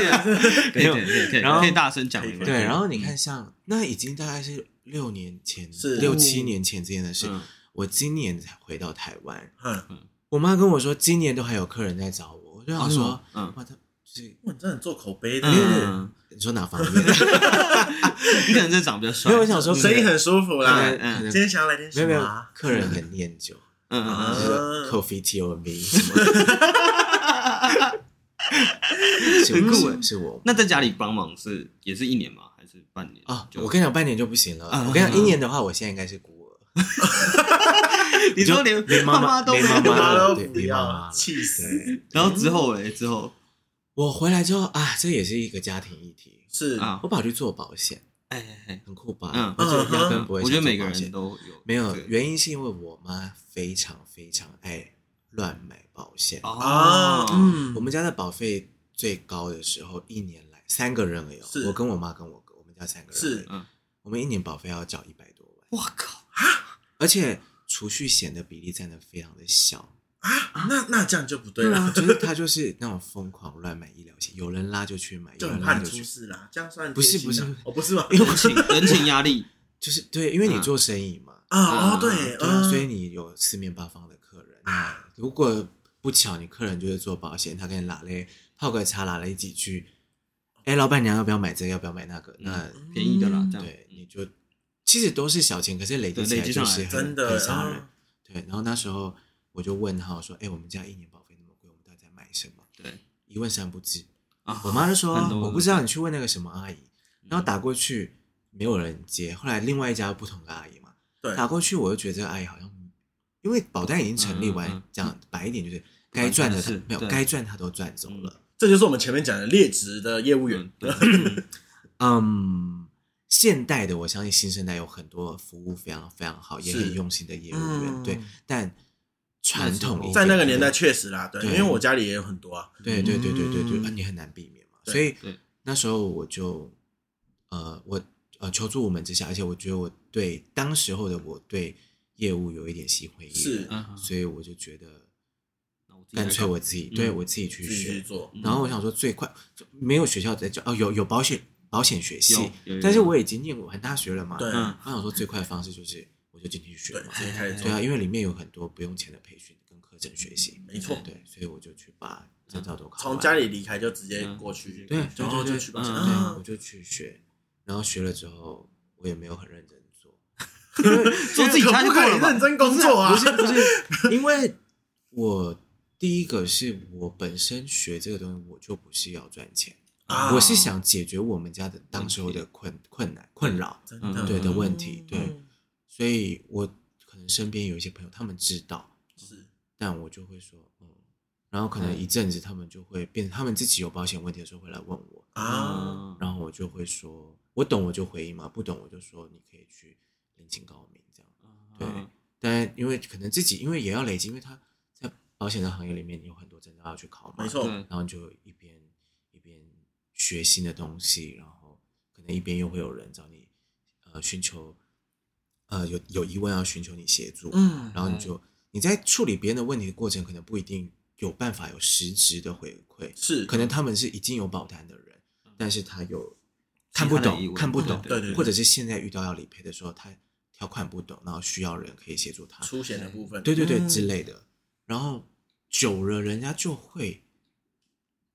可以可以可以可以可以可以，
然后
可以大声讲，没关系
对，然后
嗯
你看像，那已经大概是六年前、
是
六七年前之间的事。
嗯
我今年才回到台湾，
哼，
我妈跟我说，今年都还有客人在找我，我就想说，
哦是吗嗯
哇，他就是
哇，你真的很做口碑的，
嗯，
你说哪方面？
你可能是长得比较帅，
没有我想说
声音很舒服啦
可。能可能
今天想要来点
没
什
有没
么
有
啊？，
客人很 念旧，
嗯嗯
就
嗯
是
啊
coffee tea or me 什么的，是
很酷
我
欸
是我。
那在家里帮忙是也是一年吗？还是半年？
啊，
就
我跟你讲，半年就不行了。
嗯
我跟
嗯
你讲，一年的话，我现在应该是孤儿。
你说连
连妈
妈都
连
没有
妈
干嘛
妈
都
对
不
连妈妈
要，
了
气死！
对，
然后之后嘞，之后
我回来之后啊，这也是一个家庭议题。
是
啊
我，跑去做保险，
哎哎哎，
很酷吧？
嗯
我啊就压根
嗯
不会
我
想做保险。
觉得每个人都有
没有
这，个
原因是因为我妈非常非常爱乱买保险。
啊
哦，，
嗯，
我们家的保费最高的时候，一年来三个人而已哦
是，
我跟我妈跟我哥，我们家三个人而已。
是
嗯
我们一年保费要缴一百多万，
我靠，
而且储蓄险的比例占的非常的小，
啊，那那这样就不对
对
了，
啊，就是他就是那种疯狂乱买医疗险，有人拉就去买，
就
有
很
人
怕
拉
你
就
出
去，
事啦，这样算
不是
贴心啊
不是
哦不是吗？
人情人情压力，
就是对，因为你
啊
做生意嘛，
啊哦
啊
嗯对，
对啊，
嗯啊
所以你有四面八方的客人。那如果不巧你客人就是做保险，他跟你拉嘞泡个茶拉了几句，哎，老板娘要不要买这个？要不要买那个？那
嗯
嗯便宜的啦，这样
嗯对，你就其实都是小钱，可是累积
对
起
累
来
积
就
上
是
来
很
真的
很吓人
啊。
对，然后那时候我就问他我说：“哎，我们家一年保费那么贵，我们到底在买什么
对？”
一问三不知。
啊，
我妈就说
很多嗯
我不知道你去问那个什么阿姨，然后打过去没有人接，后来另外一家不同的阿姨嘛，
对
打过去我就觉得这个阿姨好像，因为保单已经成立
嗯嗯
完
嗯，
讲白一点就是该赚的她
是
没有，
对
该赚她都赚走了，
这就是我们前面讲的劣质的业务员
嗯，对对对
嗯。现代的，我相信新生代有很多服务非常非常好，也
是
很用心的业务员，
嗯
对。但传统一点
在那个
的
年代确实啦，对，因
对
为我家里也有很多啊，
对对对对对对，
嗯
啊，你很难避免嘛。
对
所以
对
那时候我就，呃，我呃求助无门之下，而且我觉得我对当时候的我对业务有一点心灰意
是
冷，
啊
所以我就觉得
那我自己来
干脆
搞
我自己对
嗯
我自己去
自己去
学。
做，
嗯
然后我想说最快就没有学校在教哦，有有保险保险学系
有有有，
但是我已经念完大学了嘛。
对，
嗯
我想说最快的方式就是我就进去学
对，
嘛。
自己开始
对
做，
啊，因为里面有很多不用钱的培训跟课程学习。
没错，
对，所以我就去把证照都考
从
完
家里离开就直接过去，
嗯对，
然后就去
吧
保险，
嗯
对，
啊
我就去学，然后学了之后，我也没有很认真 做，
做自己家
可
就
不
够
可
了
以认
吧？
真工作啊
不？是不是，因为我第一个是我本身学这个东西，我就不是要赚钱，
啊
我是想解决我们家的当时候的困困难困扰，
啊真
嗯
对的问题对
嗯
所以我可能身边有一些朋友他们知道，
是
但我就会说，嗯，然后可
嗯
能一阵子他们就会变，他们自己有保险问题的时候会来问我，
啊，
啊，
然后我就会说，我懂我就回应嘛，不懂我就说你可以去另请高明这样。对，
嗯
但因为可能自己因为也要累积，因为他在保险的行业里面，你有很多证照要去考嘛，
没错，
对
然后就一边一边学新的东西，然后可能一边又会有人找你呃寻求呃有有疑问要寻求你协助，
嗯
然后你就你在处理别人的问题的过程，可能不一定有办法有实质的回馈，
是
可能他们是已经有保单的人，但是他有
嗯其他
看
的
不
疑
懂，
问
看不懂，
对对对
或者是现在遇到要理赔的时候，他条款不懂，然后需要人可以协助他，
出险的部分，
对对对、
嗯
之类的。然后久了，人家就会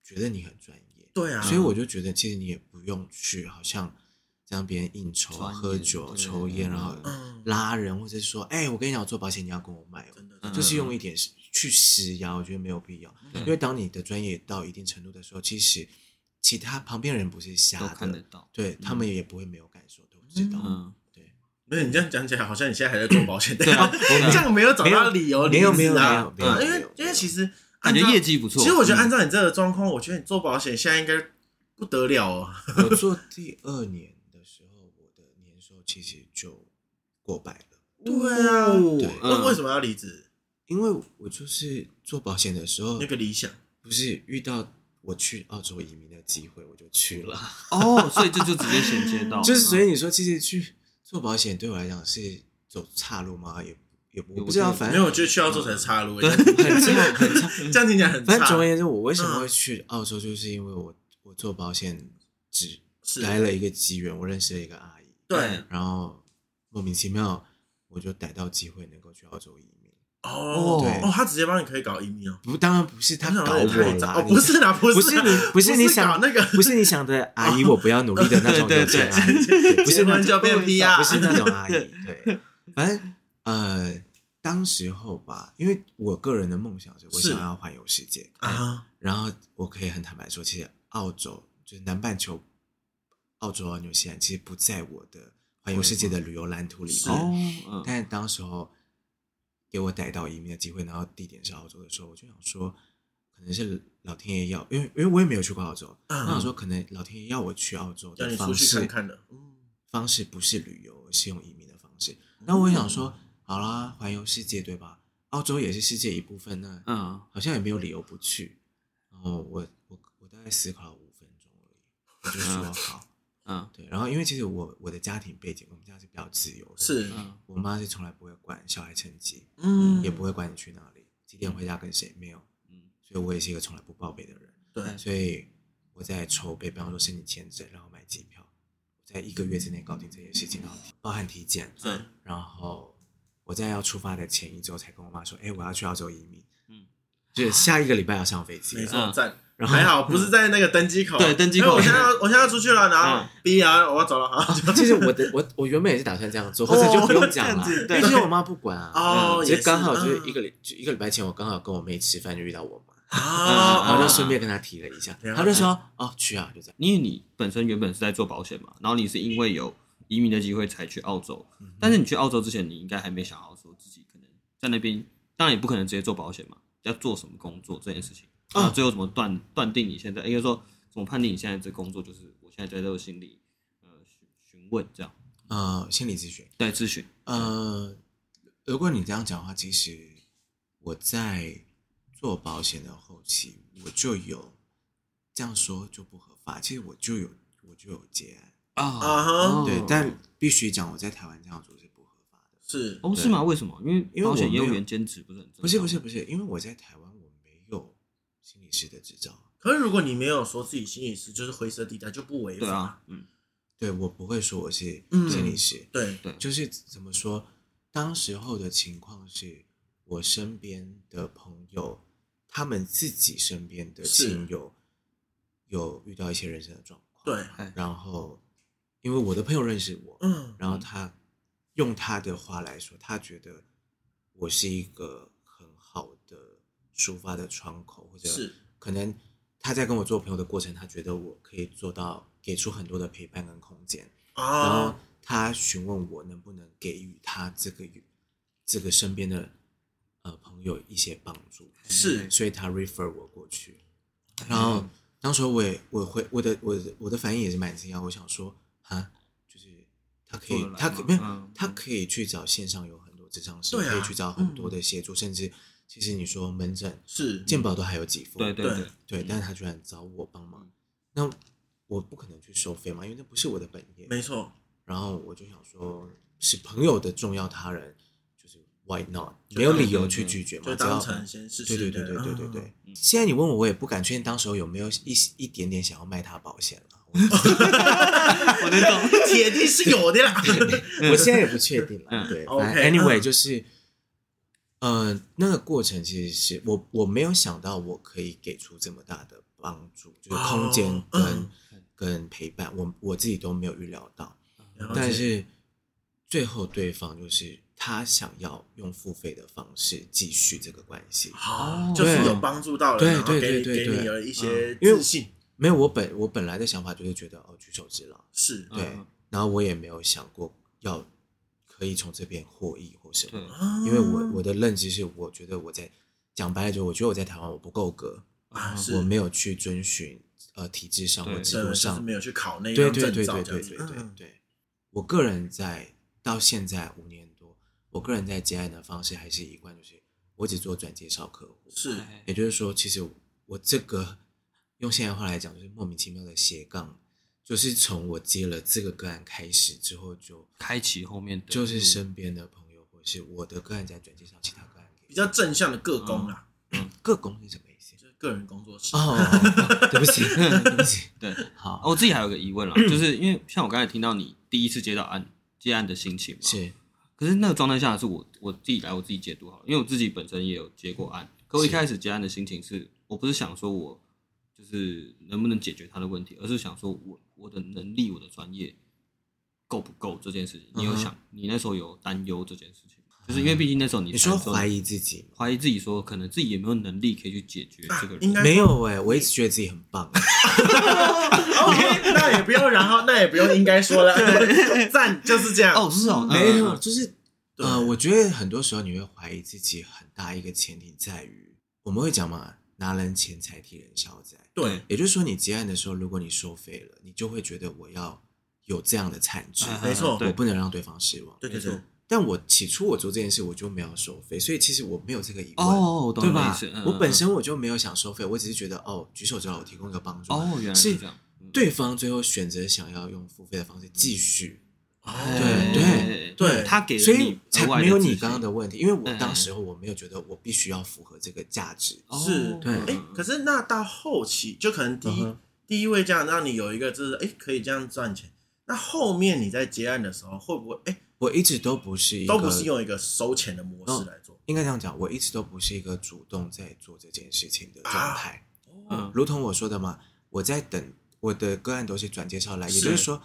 觉得你很专业，
对啊，
所以我
嗯
就觉得其实你也不用去好像让别人应酬、啊
专业
喝酒、
对
抽烟，然后
嗯
拉人，或者是说，哎、我跟你讲，我做保险你要跟我买哦，
真的
嗯
就是用一点去施压，我觉得没有必要。
对
因为当你的专业到一定程度的时候，其实其他旁边人不是瞎
都
的，
看得到，
对、他们也不会没有感受，都知道。
嗯，
对，
不是你这样讲起来，好像你现在还在做保险，对
啊
啊，
对啊
这样没有找到理由
没有
离职啊，
没有没有没有
对因
没
为
有
因为其实
感觉
按照
业绩不错。
其实我觉得
嗯
按照你这个状况，我觉得你做保险现在应该不得了哦，
我做第二年的时候，我的年收其实就过百了，
对啊，
对
为
嗯
为什么要离职？
因为我就是做保险的时候
那，个理想，
不是遇到我去澳洲移民的机会，我就去了。
哦，所以这就直接衔接到， 嗯
就是所以
以
你说，其实去做保险对我来讲是走岔路吗？也也我
我
不知道，
觉得
反
没
正
有，我觉得去澳洲才岔 路，
对
很差很差。
这样听起来很嗯
反正
差
总而，言之，我为什么会去澳洲，就是因为我我做保险只
是
来了一个机缘，我认识了一个阿姨，
对
然后莫名其妙我就逮到机会能够去澳洲移民。
哦
哎对
哦，他直接帮你可以搞移民哦，
不，当然不是他
我想
搞
说也
我
太早
啦，
哦，不是啦，不
不
是
是
啦
你不是你
搞
想
那个，
不是你想的阿姨，我不要努力的那种
对对
有
对
钱阿姨，不是那
结婚
种
就变 PR
不是那种阿姨。对，反正呃，当时候吧，因为我个人的梦想是我
是
想要环游世界，
啊，
然后我可以很坦白说，其实澳洲就是南半球，澳洲啊、纽西兰其实不在我的环游世界的旅游蓝图里
是
面。
哦，嗯
但是当时候给我逮到移民的机会，然后地点是澳洲的时候，我就想说，可能是老天爷要，因为因为我也没有去过澳洲，
嗯
我想说可能老天爷要我去澳洲
叫
的
你出
方
去
式，
看看的，嗯
方式不是旅游，而是用移民的方式。那我也
嗯
想说，好啦，环游世界对吧？澳洲也是世界一部分呢，
嗯，
好像也没有理由不去。然后我我我大概思考了五分钟而已，我就说好，
嗯
对。然后因为其实我我的家庭背景，我们家是比较自由的，
是
嗯
我妈是从来不会管小孩成绩，
嗯
也不会管你去哪里。几点回家跟谁没有，
嗯
所以我也是一个从来不报备的人。
对，
所以我在筹备，比方说申请签证，然后买机票，我在一个月之内搞定这些事情，然后包含体检，
嗯
对，
然后我在要出发的前一周才跟我妈说，哎，我要去澳洲移民，
嗯
嗯，就是下一个礼拜要上飞机了，
没错，
嗯
赞。
然后
还好不是在那个登机口，
对登机口
因为我现在要我现在要出去了，然后 B 啊，我要走了，好，就
其实我的我我原本也是打算这样做，或者就不用讲了
这样子，对
毕竟我妈不管啊。
哦，
其
也
实刚好就是一
个
个礼就一个礼拜前，我刚好跟我妹吃饭就遇到我妈，
嗯
然
啊，我
后就顺便跟她提了一下
了，解
她就说哦去啊，就这样。
因为你本身原本是在做保险嘛，然后你是因为有移民的机会才去澳洲，
嗯
但是你去澳洲之前，你应该还没想好说自己可能在那边，当然也不可能直接做保险嘛，要做什么工作这件事情，
哦
然后最后怎么断断定你现在，应该说怎么判定你现在这工作，就是我现在在这个心理呃询询问这样，
呃，心理咨询，
对咨询，
呃，如果你这样讲的话，其实我在做保险的后期，我就有这样说就不合法。其实我就有我就有结案，
啊哈，
哦
对，但必须讲我在台湾这样做是不合法的。
是
哦是吗？为什么？因为
因为
保
我
险
没
业
有
务员兼职不是很正
不是
常
不是
吗
不是，因为我在台湾我没有心理师的执照，
可是如果你没有说自己心理师就是灰色地带，就不违
对
法
啊。，嗯
对我不会说我是
嗯
心理师，
对，
对，
就是怎么说，当时候的情况是我身边的朋友，他们自己身边的
是
亲友有遇到一些人生的状况，
对，
然后因为我的朋友认识我，
嗯，
然后他用他的话来说，他觉得我是一个很好的抒发的窗口，或者
是
可能他在跟我做朋友的过程，他觉得我可以做到给出很多的陪伴跟空间，
嗯
然后
啊，
他询问我能不能给予他这个这个身边的呃朋友一些帮助，
嗯
是
所以他 refer 我过去，然后当时候我也我会我的我的我的反应也是蛮惊讶，我想说啊，就是他可
做
以
得来
他可
吗
没有、
嗯
他可以去找线上有很多智商师，
对啊
可以去找很多
嗯
的协助，甚至其实你说门诊
是
健保都还有几副，
对嗯对
对
对，
对，但是他居然找我帮忙，那我不可能去收费嘛，因为那不是我的本业，
没错，
然后我就想说，是朋友的重要他人，就是 why not？
就
没有
当嗯
理由
成
去
对
拒绝嘛，
就
只要
当成先试
对
试。
对对对对对对
嗯。
现在你问我，我也不敢确定当时候有没有一一点点想要卖他保险了。我
我能懂，
啊铁定是有的啦。
我现在也不确定了。
嗯
对
OK，
反正，anyway，
嗯
就是，呃，那个过程其实是我我没有想到我可以给出这么大的帮助，就是空间
哦
跟、
嗯
跟陪伴，我我自己都没有预料到。
了解
但是最后对方就是他想要用付费的方式继续这个关系。
好，就是
哦对
有帮助到
对
人，然后
对
给你
对
给
对
你
对
有一些
因为
自信。
没有，我本我本来的想法就是觉得哦，举手之劳，
是
对，
嗯
然后我也没有想过要可以从这边获益或什
对
么，
啊
因为我我的认知是，我觉得我在讲白了，就我觉得我在台湾我不够格，
嗯
啊是
我没有去遵循呃体制上或
对
制
对，
度
就是
上
没有去考那
对
张
对
证
对
照
对
这样
对
子
对。对
嗯
对，我个人在到现在五年多，我个人在接案的方式还是一贯就是我只做转介绍客户，
是
嗯
也就是说，其实我这个用现在话来讲就是莫名其妙的斜杠，就是从我接了这个个案开始之后就，
开启后面的
就
路
是身边的朋友或是我的个案在转介绍其他个案给
比较正向的个工啦，
各工是什么意思？
就是个人工作室。
哦，哦对不起， 对不起，
对。
好，
哦，我自己还有个疑问啦，就是因为像我刚才听到你第一次接到案接案的心情嘛，
是
可是那个状态下是我我自己来我自己解读好了，因为我自己本身也有接过案，可我一
是
开始接案的心情是我不是想说我就是能不能解决他的问题，而是想说我我的能力我的专业够不够这件事情。你有
嗯哼嗯
想你那时候有担忧这件事情吗，就是因为毕竟那时候你
你说
才说
怀疑自己吗？
怀疑自己说可能自己有没有能力可以去解决这个人，
应该
没有哎、我一直觉得自己很 棒。
OK，那哦也不用，然后那也不用应该说了， 赞就是这样。
哦是哦
没
嗯嗯
有，
嗯
就是
对
呃，我觉得很多时候你会怀疑自己，很大一个前提在于我们会讲嘛，拿人钱财替人消灾。
对，
也就是说，你结案的时候，如果你收费了，你就会觉得我要有这样的产值，
嗯
没错
我
对
不能让对方失望。
对对
没
对
错，
但我起初我做这件事，我就没有收费，所以其实我没有这个疑问，
哦，我懂
对
你的意
吧
思，嗯？
我本
嗯
身我就没有想收费，我只是觉得哦，举手之劳，我提供一个帮助。
哦原来
是
这样，嗯
对方最后选择想要用付费的方式继续，
哦
对对
哎
对
他给了
所以
你
才
额外
没有
自
你
信
刚刚的问题，因为我
嗯
当时候我没有觉得我必须要符合这个价值，
哦
是
对
哎、可是那到后期，就可能第一、
嗯哼
第一位这样让你有一个就是哎、可以这样赚钱，那后面你在接案的时候会不会哎、
我一直都不是一个嗯
都不是用一个收钱的模式来做？
应该这样讲，我一直都不是一个主动在做这件事情的状态。
嗯
如同我说的嘛，我在等我的个案都是转介绍来，也就是是说，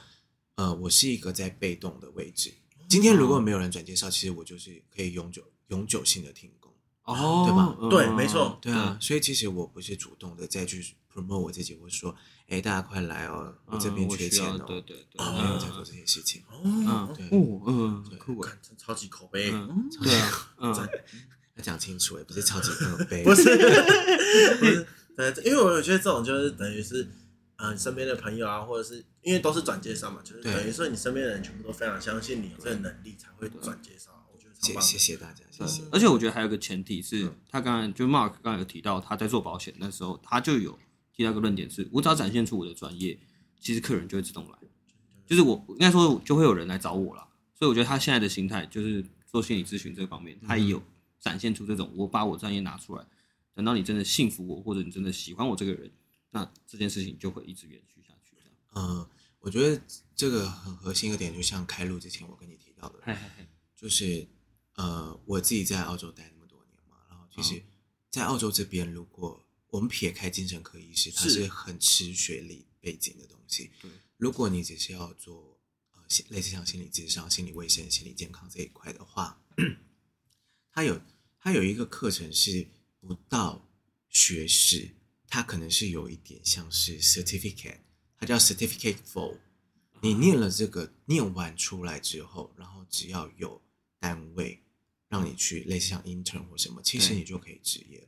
呃，我是一个在被动的位置。今天如果没有人转介绍，其实我就是可以永久永久性的停工。
哦，
对吧
嗯
对没错哦
对啊，，所以其实我不是主动的再去 promote 我自己，我说，哎，大家快来哦，我这边
嗯
缺
需
钱
要
哦，
对对对，
然
嗯
后我才做这些事情。
哦，
对，
哦，嗯，
欸
酷哎，
看这超级口碑，
嗯对啊， 嗯，
要讲清楚，也不是超级 可悲，
不是 不是，对，因为我觉得这种就是等于是。啊，你身边的朋友啊，或者是因为都是转介绍嘛，就是
对
等于说你身边的人全部都非常相信你有这个能力，才会转介绍。啊我觉得超
谢
棒的。
谢谢大家，谢谢。
而且我觉得还有个前提
嗯
是，他刚才就 Mark 刚才有提到，他在做保险那时候，他就有提到一个论点是，我只要展现出我的专业，其实客人就会自动来，就是我应该说就会有人来找我啦。所以我觉得他现在的心态就是做心理咨询这方面，
嗯
他也有展现出这种我把我专业拿出来，等到你真的信服我，或者你真的喜欢我这个人，那这件事情就会一直延续下去。这样
嗯，我觉得这个很核心一个点，就像开录之前我跟你提到的，就是呃，我自己在澳洲待那么多年嘛，然后其实，在澳洲这边，如果我们撇开精神科医师，它
是
是很吃学历背景的东西。
对，
如果你只是要做呃心类似像心理智商、心理卫生、心理健康这一块的话，它有它有一个课程是不到学士，它可能是有一点像是 certificate，它叫 certificate for。你念了这个，念完出来之后，然后只要有单位让你去类似像 intern 或什么，其实
对
你就可以职业了。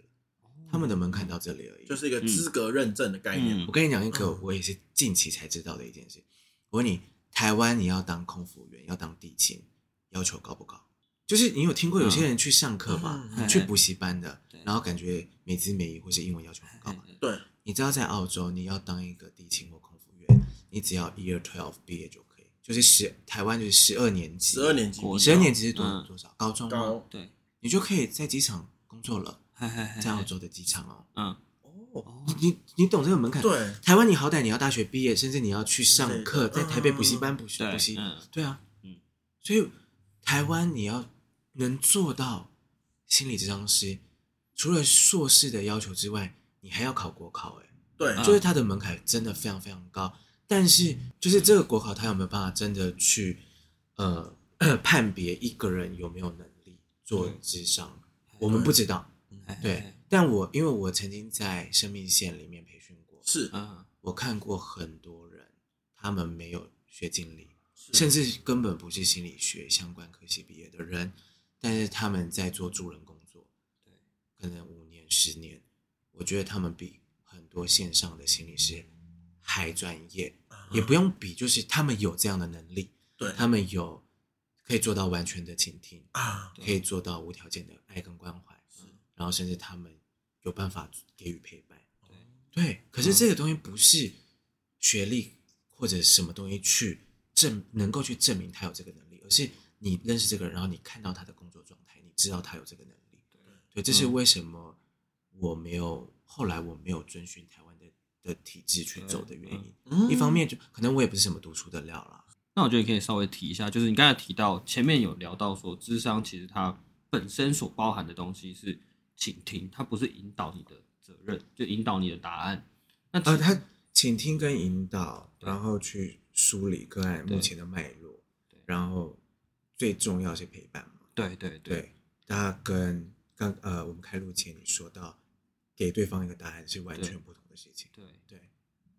他们的门槛到这里而已。
就是一个资格认证的概念。
嗯
我跟你讲一个我也是近期才知道的一件事。我问你，台湾你要当空服员，要当地勤，要求高不高？就是你有听过有些人去上课嘛，
嗯
去补习班的
对，
然后感觉美姿美仪或是英文要求很
哎
高嘛？
对，
你知道在澳洲，你要当一个地勤或空服员，你只要 Year Twelve 毕业就可以，就是十台湾就是十二年级，
十二年级
我
十二年级是多、
嗯
多少？高中吗
高
对，
你就可以在机场工作了，
嗨嗨嗨
在澳洲的机场哦。
嗯，
哦，
你你你懂这个门槛？
对，
台湾你好歹你要大学毕业，甚至你要去上课，
对
在台北补习班补习
对
补习
嗯，
对啊，
嗯，
所以台湾你要能做到心理咨商师，除了硕士的要求之外，你还要考国考、欸，
对，
嗯
就是它的门槛真的非常非常高。但是就是这个国考，它有没有办法真的去呃 判别一个人有没有能力做智商，我们不知道。
嗨嗨
对
嗨，
但我因为我曾经在生命线里面培训过，
是
嗯，
我看过很多人，他们没有学经历，甚至根本不是心理学相关科系毕业的人，但是他们在做助人工作，
对，
可能五年、十年，我觉得他们比很多线上的心理师还专业，也不用比，就是他们有这样的能力，
对
他们有可以做到完全的倾听，
啊，
可以做到无条件的爱跟关怀，嗯然后甚至他们有办法给予陪伴。对，可是这个东西不是学历或者什么东西去证能够去证明他有这个能力，而是你认识这个人，然后你看到他的工作状态，你知道他有这个能力。对，这是为什么我没有后来我没有遵循台湾的的体制去走的原因。一方面就可能我也不是什么读书的料啦，
那我觉得你可以稍微提一下，就是你刚才提到前面有聊到说，智商其实它本身所包含的东西是倾听，它不是引导你的责任，就引导你的答案。那其
呃，他倾听跟引导，然后去梳理个案目前的脉络
对，
然后最重要是陪伴嘛。
对对对，
对，他跟刚呃我们开录前你说到，给对方一个答案是完全不同的事情。
对，
对，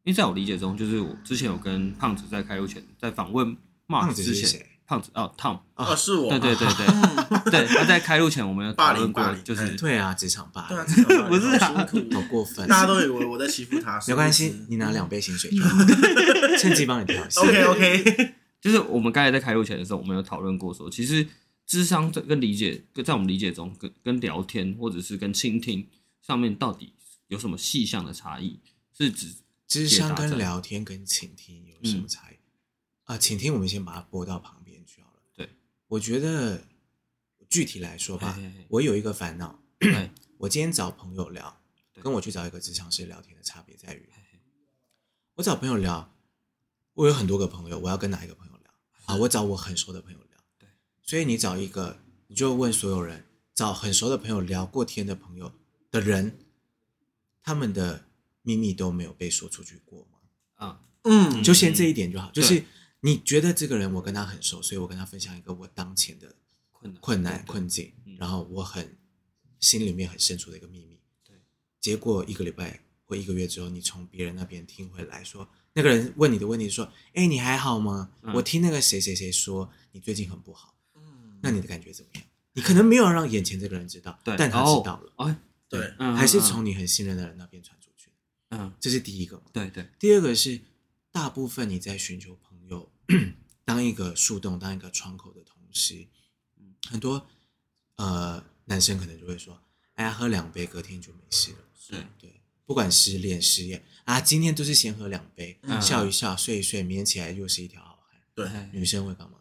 因为在我理解中，就是我之前有跟胖子在开录前，在访问 Mark
胖子
之
是
前
谁，
胖子哦 Tom，
啊，是我，
对对对 对对，他在开录前我们有讨论
霸
过，
凌哎
就
霸
是
凌
对啊，职场霸
对啊，
凌，
至 少
不是啊
好辛
好
苦，
过分，
大家都以为我在欺负 他，
没关系，你拿两杯薪水就好，
嗯
趁机帮你调一 下。
，OK OK，
就是我们刚才在开录前的时候，我们有讨论过说，其实智商这跟理解，跟在我们理解中，跟跟聊天或者是跟倾听上面到底有什么细项的差异？是指
智商跟
解答
聊
嗯
天跟倾听有什么差异？啊、倾听我们先把它拨到旁边去好了。
对，
我觉得具体来说吧
嘿嘿嘿，
我有一个烦 恼
嘿，
我今天找朋友聊，
对
跟我去找一个职场师聊天的差别在于，我找朋友聊，我有很多个朋友，我要跟哪一个朋友聊？啊，我找我很熟的朋友聊。
对，
所以你找一个，你就问所有人，找很熟的朋友聊过天的朋友的人，他们的秘密都没有被说出去过吗？
啊，
嗯
就先这一点就好。就
对
是你觉得这个人我跟他很熟，所以我跟他分享一个我当前的
困难
困难困境
嗯，
然后我很心里面很深处的一个秘密。
对，
结果一个礼拜或一个月之后，你从别人那边听回来说，那个人问你的问题说：“哎，你还好吗？
嗯
我听那个谁谁谁说你最近很不好，那你的感觉怎么样？”你可能没有让眼前这个人知道，
嗯对，
但他
然后
知道了，，
哎，
对，
嗯，
还是
嗯
从你很信任的人那边传出去，
嗯嗯，
这是第一个嘛？
对对，
第二个是，大部分你在寻求朋友，当一个树洞、当一个窗口的同时，很多呃男生可能就会说：“哎呀，喝两杯，隔天就没事了。”
对
对，不管失恋、失业啊，今天都是先喝两杯，
嗯
笑一笑，睡一睡，明天起来又是一条好汉。
对，
哎
女生会干嘛？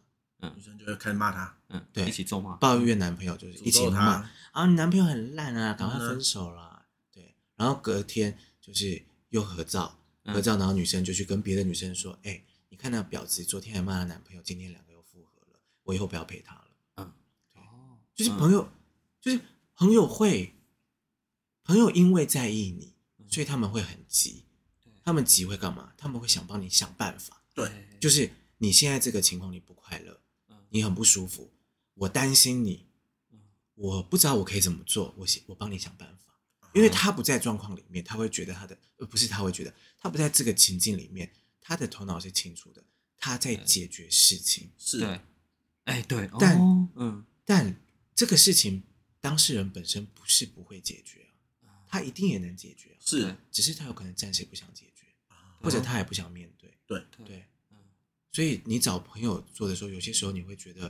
女生就会开始骂他，
嗯，
对
一起咒骂，
抱怨男朋友就是一
诅
起
咒
骂
他，
啊，你男朋友很烂啊，赶快
嗯
分手啦。对，然后隔天就是又合照，
嗯
合照，然后女生就去跟别的女生说：“哎、你看那婊子昨天还骂她男朋友，今天两个又复合了，我以后不要陪她了。
哦”
就是朋友，就是朋友会，朋友因为在意你，所以他们会很急
对。
他们急会干嘛？他们会想帮你想办法。
对，
哎
就是你现在这个情况你不快乐，
嗯
你很不舒服，我担心你
嗯，
我不知道我可以怎么做，我想我帮你想办法。因为
啊
他不在状况里面，他会觉得他的呃不是他会觉得他不在这个情境里面，他的头脑是清楚的，他在解决事情，
是
对，哎对，哦
但
嗯
但这个事情当事人本身不是不会解决啊，他一定也能解决啊，
是，
只是他有可能暂时不想解决，
啊
或者他也不想面对。
对
对，
嗯
所以你找朋友做的时候，有些时候你会觉得，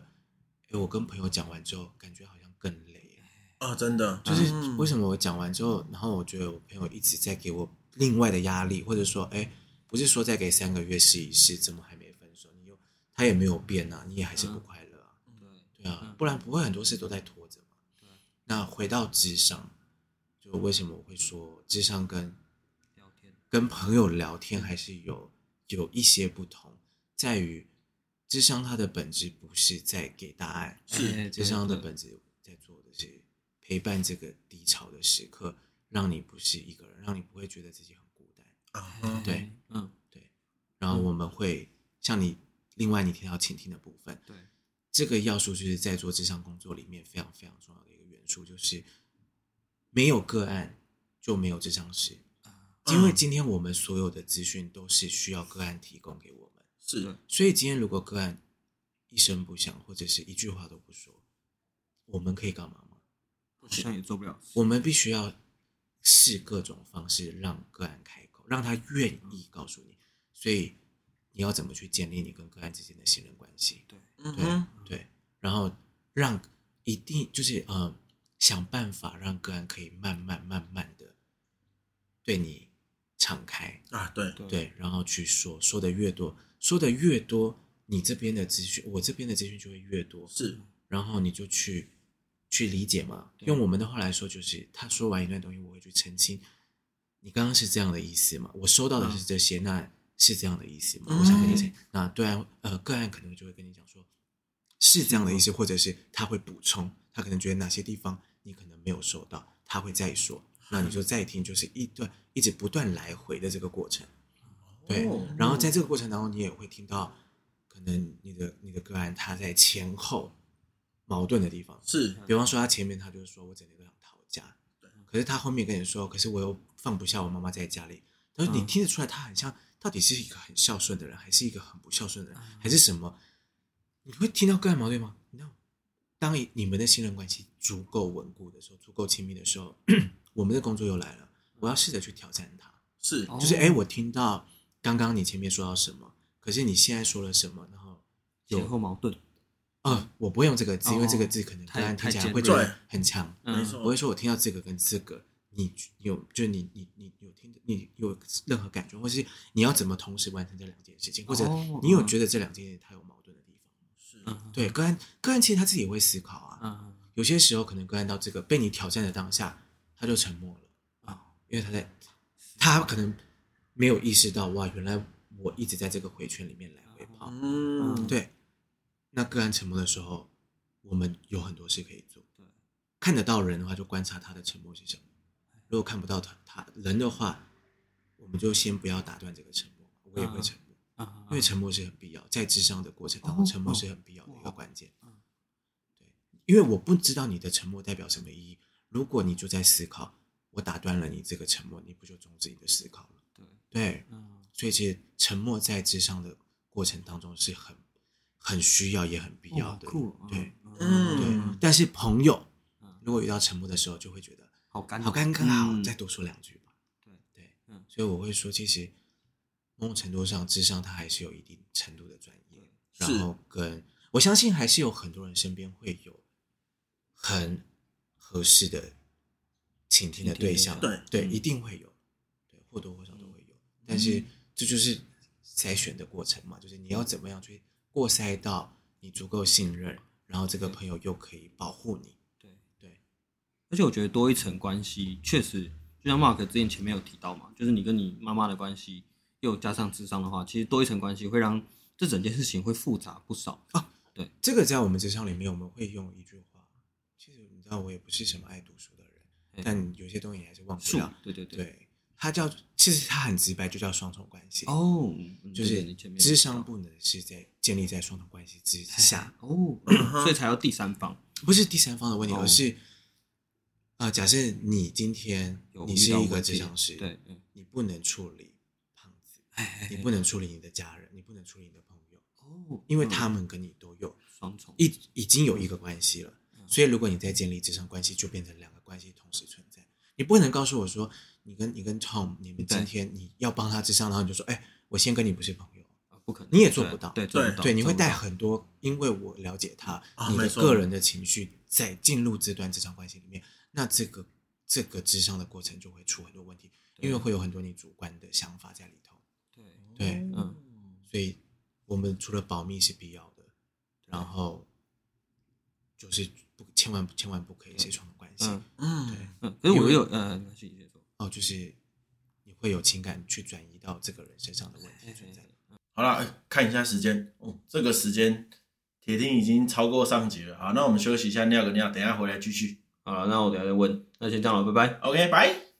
哎，我跟朋友讲完之后，感觉好像更累，
嗯
啊，真的
就是
嗯
为什么我讲完之后，然后我觉得我朋友一直在给我另外的压力，或者说，哎，不是说再给三个月试一试，怎么还没分手？你又他也没有变啊，你也还是不快乐啊，
对
对啊
嗯，
不然不会很多事都在拖着嘛。
对
那回到智商，就为什么我会说智商跟
聊天，
跟朋友聊天还是有有一些不同，在于智商它的本质不是在给答案，
哎
智商的
对
本质在做的是陪伴这个低潮的时刻，让你不是一个人，让你不会觉得自己很孤单。
啊，
哎
嗯
对
嗯
对，然后我们会像你另外你提到倾听的部分，
对
这个要素就是在做智商工作里面非常非常重要的一个元素，就是没有个案就没有智商师，啊因为今天我们所有的资讯都是需要个案提供给我们，
是
所以今天如果个案一声不响或者是一句话都不说，我们可以干嘛吗？
好像也做不了，
我们必须要试各种方式让个案开口，让他愿意告诉你。所以你要怎么去建立你跟个案之间的信任关系？
对
嗯
对、
哼，
对，然后让一定就是呃，想办法让个案可以慢慢慢慢的对你敞开，
啊，对，
对
对，然后去说，说的越多，说的越多，你这边的资讯，我这边的资讯就会越多，
是
然后你就去去理解嘛。
对
用我们的话来说，就是他说完一段东西，我会去澄清，你刚刚是这样的意思嘛？我收到的是这些，那是这样的意思嘛？我想跟你讲，那对啊，呃，个案可能就会跟你讲说，是这样的意思，或者是他会补充，他可能觉得哪些地方你可能没有收到，他会再说。那你就再听，就是一段一直不断来回的这个过程。对
哦，
然后在这个过程当中，你也会听到，可能你的你的个案他在前后矛盾的地方，
是
嗯
比方说他前面他就是说我整天都想逃家，可是他后面跟你说，可是我又放不下我妈妈在家里，他
嗯
说你听得出来他很像到底是一个很孝顺的人，还是一个很不孝顺的人，
嗯
还是什么？你会听到个案矛盾吗？No，当你你们的信任关系足够稳固的时候，足够亲密的时候， 我们的工作又来了，我要试着去挑战他。
是
嗯哦
就是哎、诶我听到刚刚你前面说到什么，可是你现在说了什么，然后有
前后矛盾，
啊，我不会用这个字，因为
哦
这个字可能
太
个案听
太
起来
尖
会觉
锐
得很强。
嗯
没
我
错
会，说，我听到这个跟这个，你有就是你你你有听你有任何感觉，或是你要怎么同时完成这两件事情，或者
哦
你有
嗯
觉得这两件事情它有矛盾的地方吗？
是
嗯
对，个案个案其实他自己也会思考啊。
嗯
有些时候可能个案到这个被你挑战的当下，他就沉默了
啊
啊，因为他在他可能没有意识到哇，原来我一直在这个回圈里面来回
哦
跑。
嗯，
对，那个案沉默的时候，我们有很多事可以做。
对，
看得到人的话，就观察他的沉默是什么；
哎
如果看不到他他人的话，我们就先不要打断这个沉默。我也会沉默，
嗯，
因为沉默是很必要，在智商的过程当中，
哦
沉默是很必要的一个关键
哦哦。
对，因为我不知道你的沉默代表什么意义。如果你就在思考，我打断了你这个沉默，你不就终止你的思考了？
对，
对，
嗯
所以其实沉默在智商的过程当中是很很需要也很必
哇
要的。
酷哦，
对
嗯
对
嗯，
但是朋友
嗯
如果遇到沉默的时候，就会觉得
好尴
好哦尴尬，
嗯
好再多说两句吧。
对
对，
嗯
所以我会说，其实某种程度上，智商它还是有一定程度的专业，
是
然后跟我相信还是有很多人身边会有很合适的倾听的对象，
倾听
的
对，
嗯
一定会有，对，或多或少都会有，但是这就是筛选的过程嘛，就是你要怎么样去过筛到你足够信任，然后这个朋友又可以保护你，
对
对，
而且我觉得多一层关系，确实就像 Mark 之前前面有提到嘛，就是你跟你妈妈的关系，又加上智商的话，其实多一层关系会让这整件事情会复杂不少。
这个在我们职场里面，我们会用一句话。其实你知道，我也不是什么爱读书的
嗯
人，但有些东西你还是忘不
树
了。，
对对对，
对，它叫，其实它很直白，就叫双重关系。，
哦，嗯
就
对对
是
你前面有
智
提
商
到哎
不能是在建立在双重关系之下，
哦，
嗯
所以才要第三方
不是第三方的问题，
哦
而是，啊，假设你今天
有
你
遇
是
到
一个
问
智
题
商师，
对，嗯
你不能处理胖子，
哎，
你
哎
不能处理你的家人，你不能处理你的朋友，
哦，
因为
嗯
他们跟你都有
双重
已已经有一个关系了，所以如果你在建立职场关系，就变成两个关系同时存在。你不能告诉我说，你跟你跟 Tom，你们今
对
天你要帮他智商，然后你就说，哎，我先跟你不是朋友，
啊不可能，
你也做
对
不到
对做不到，
对，你
做
会
不
带
到
很多，因为我了解他，
啊
你
没
的
错
个人的情绪在进入这段职场关系里面，那这个这个智商的过程就会出很多问题，因为会有很多你主观的想法在里头，
对
对，
嗯
所以我们除了保密是必要的，然后就是不千万千万不可以写双重关系、
嗯
嗯，
嗯，可是我有呃，没关系，你先说，
哦，就是你会有情感去转移到这个人身上的问
嗯
题存在。
好了，哎看一下时间，哦，这个时间铁定已经超过上集了。好，那我们休息一下，尿个尿，等一下回来继续。
好了，那我等一下再问，那先这样了，拜拜。
OK，拜。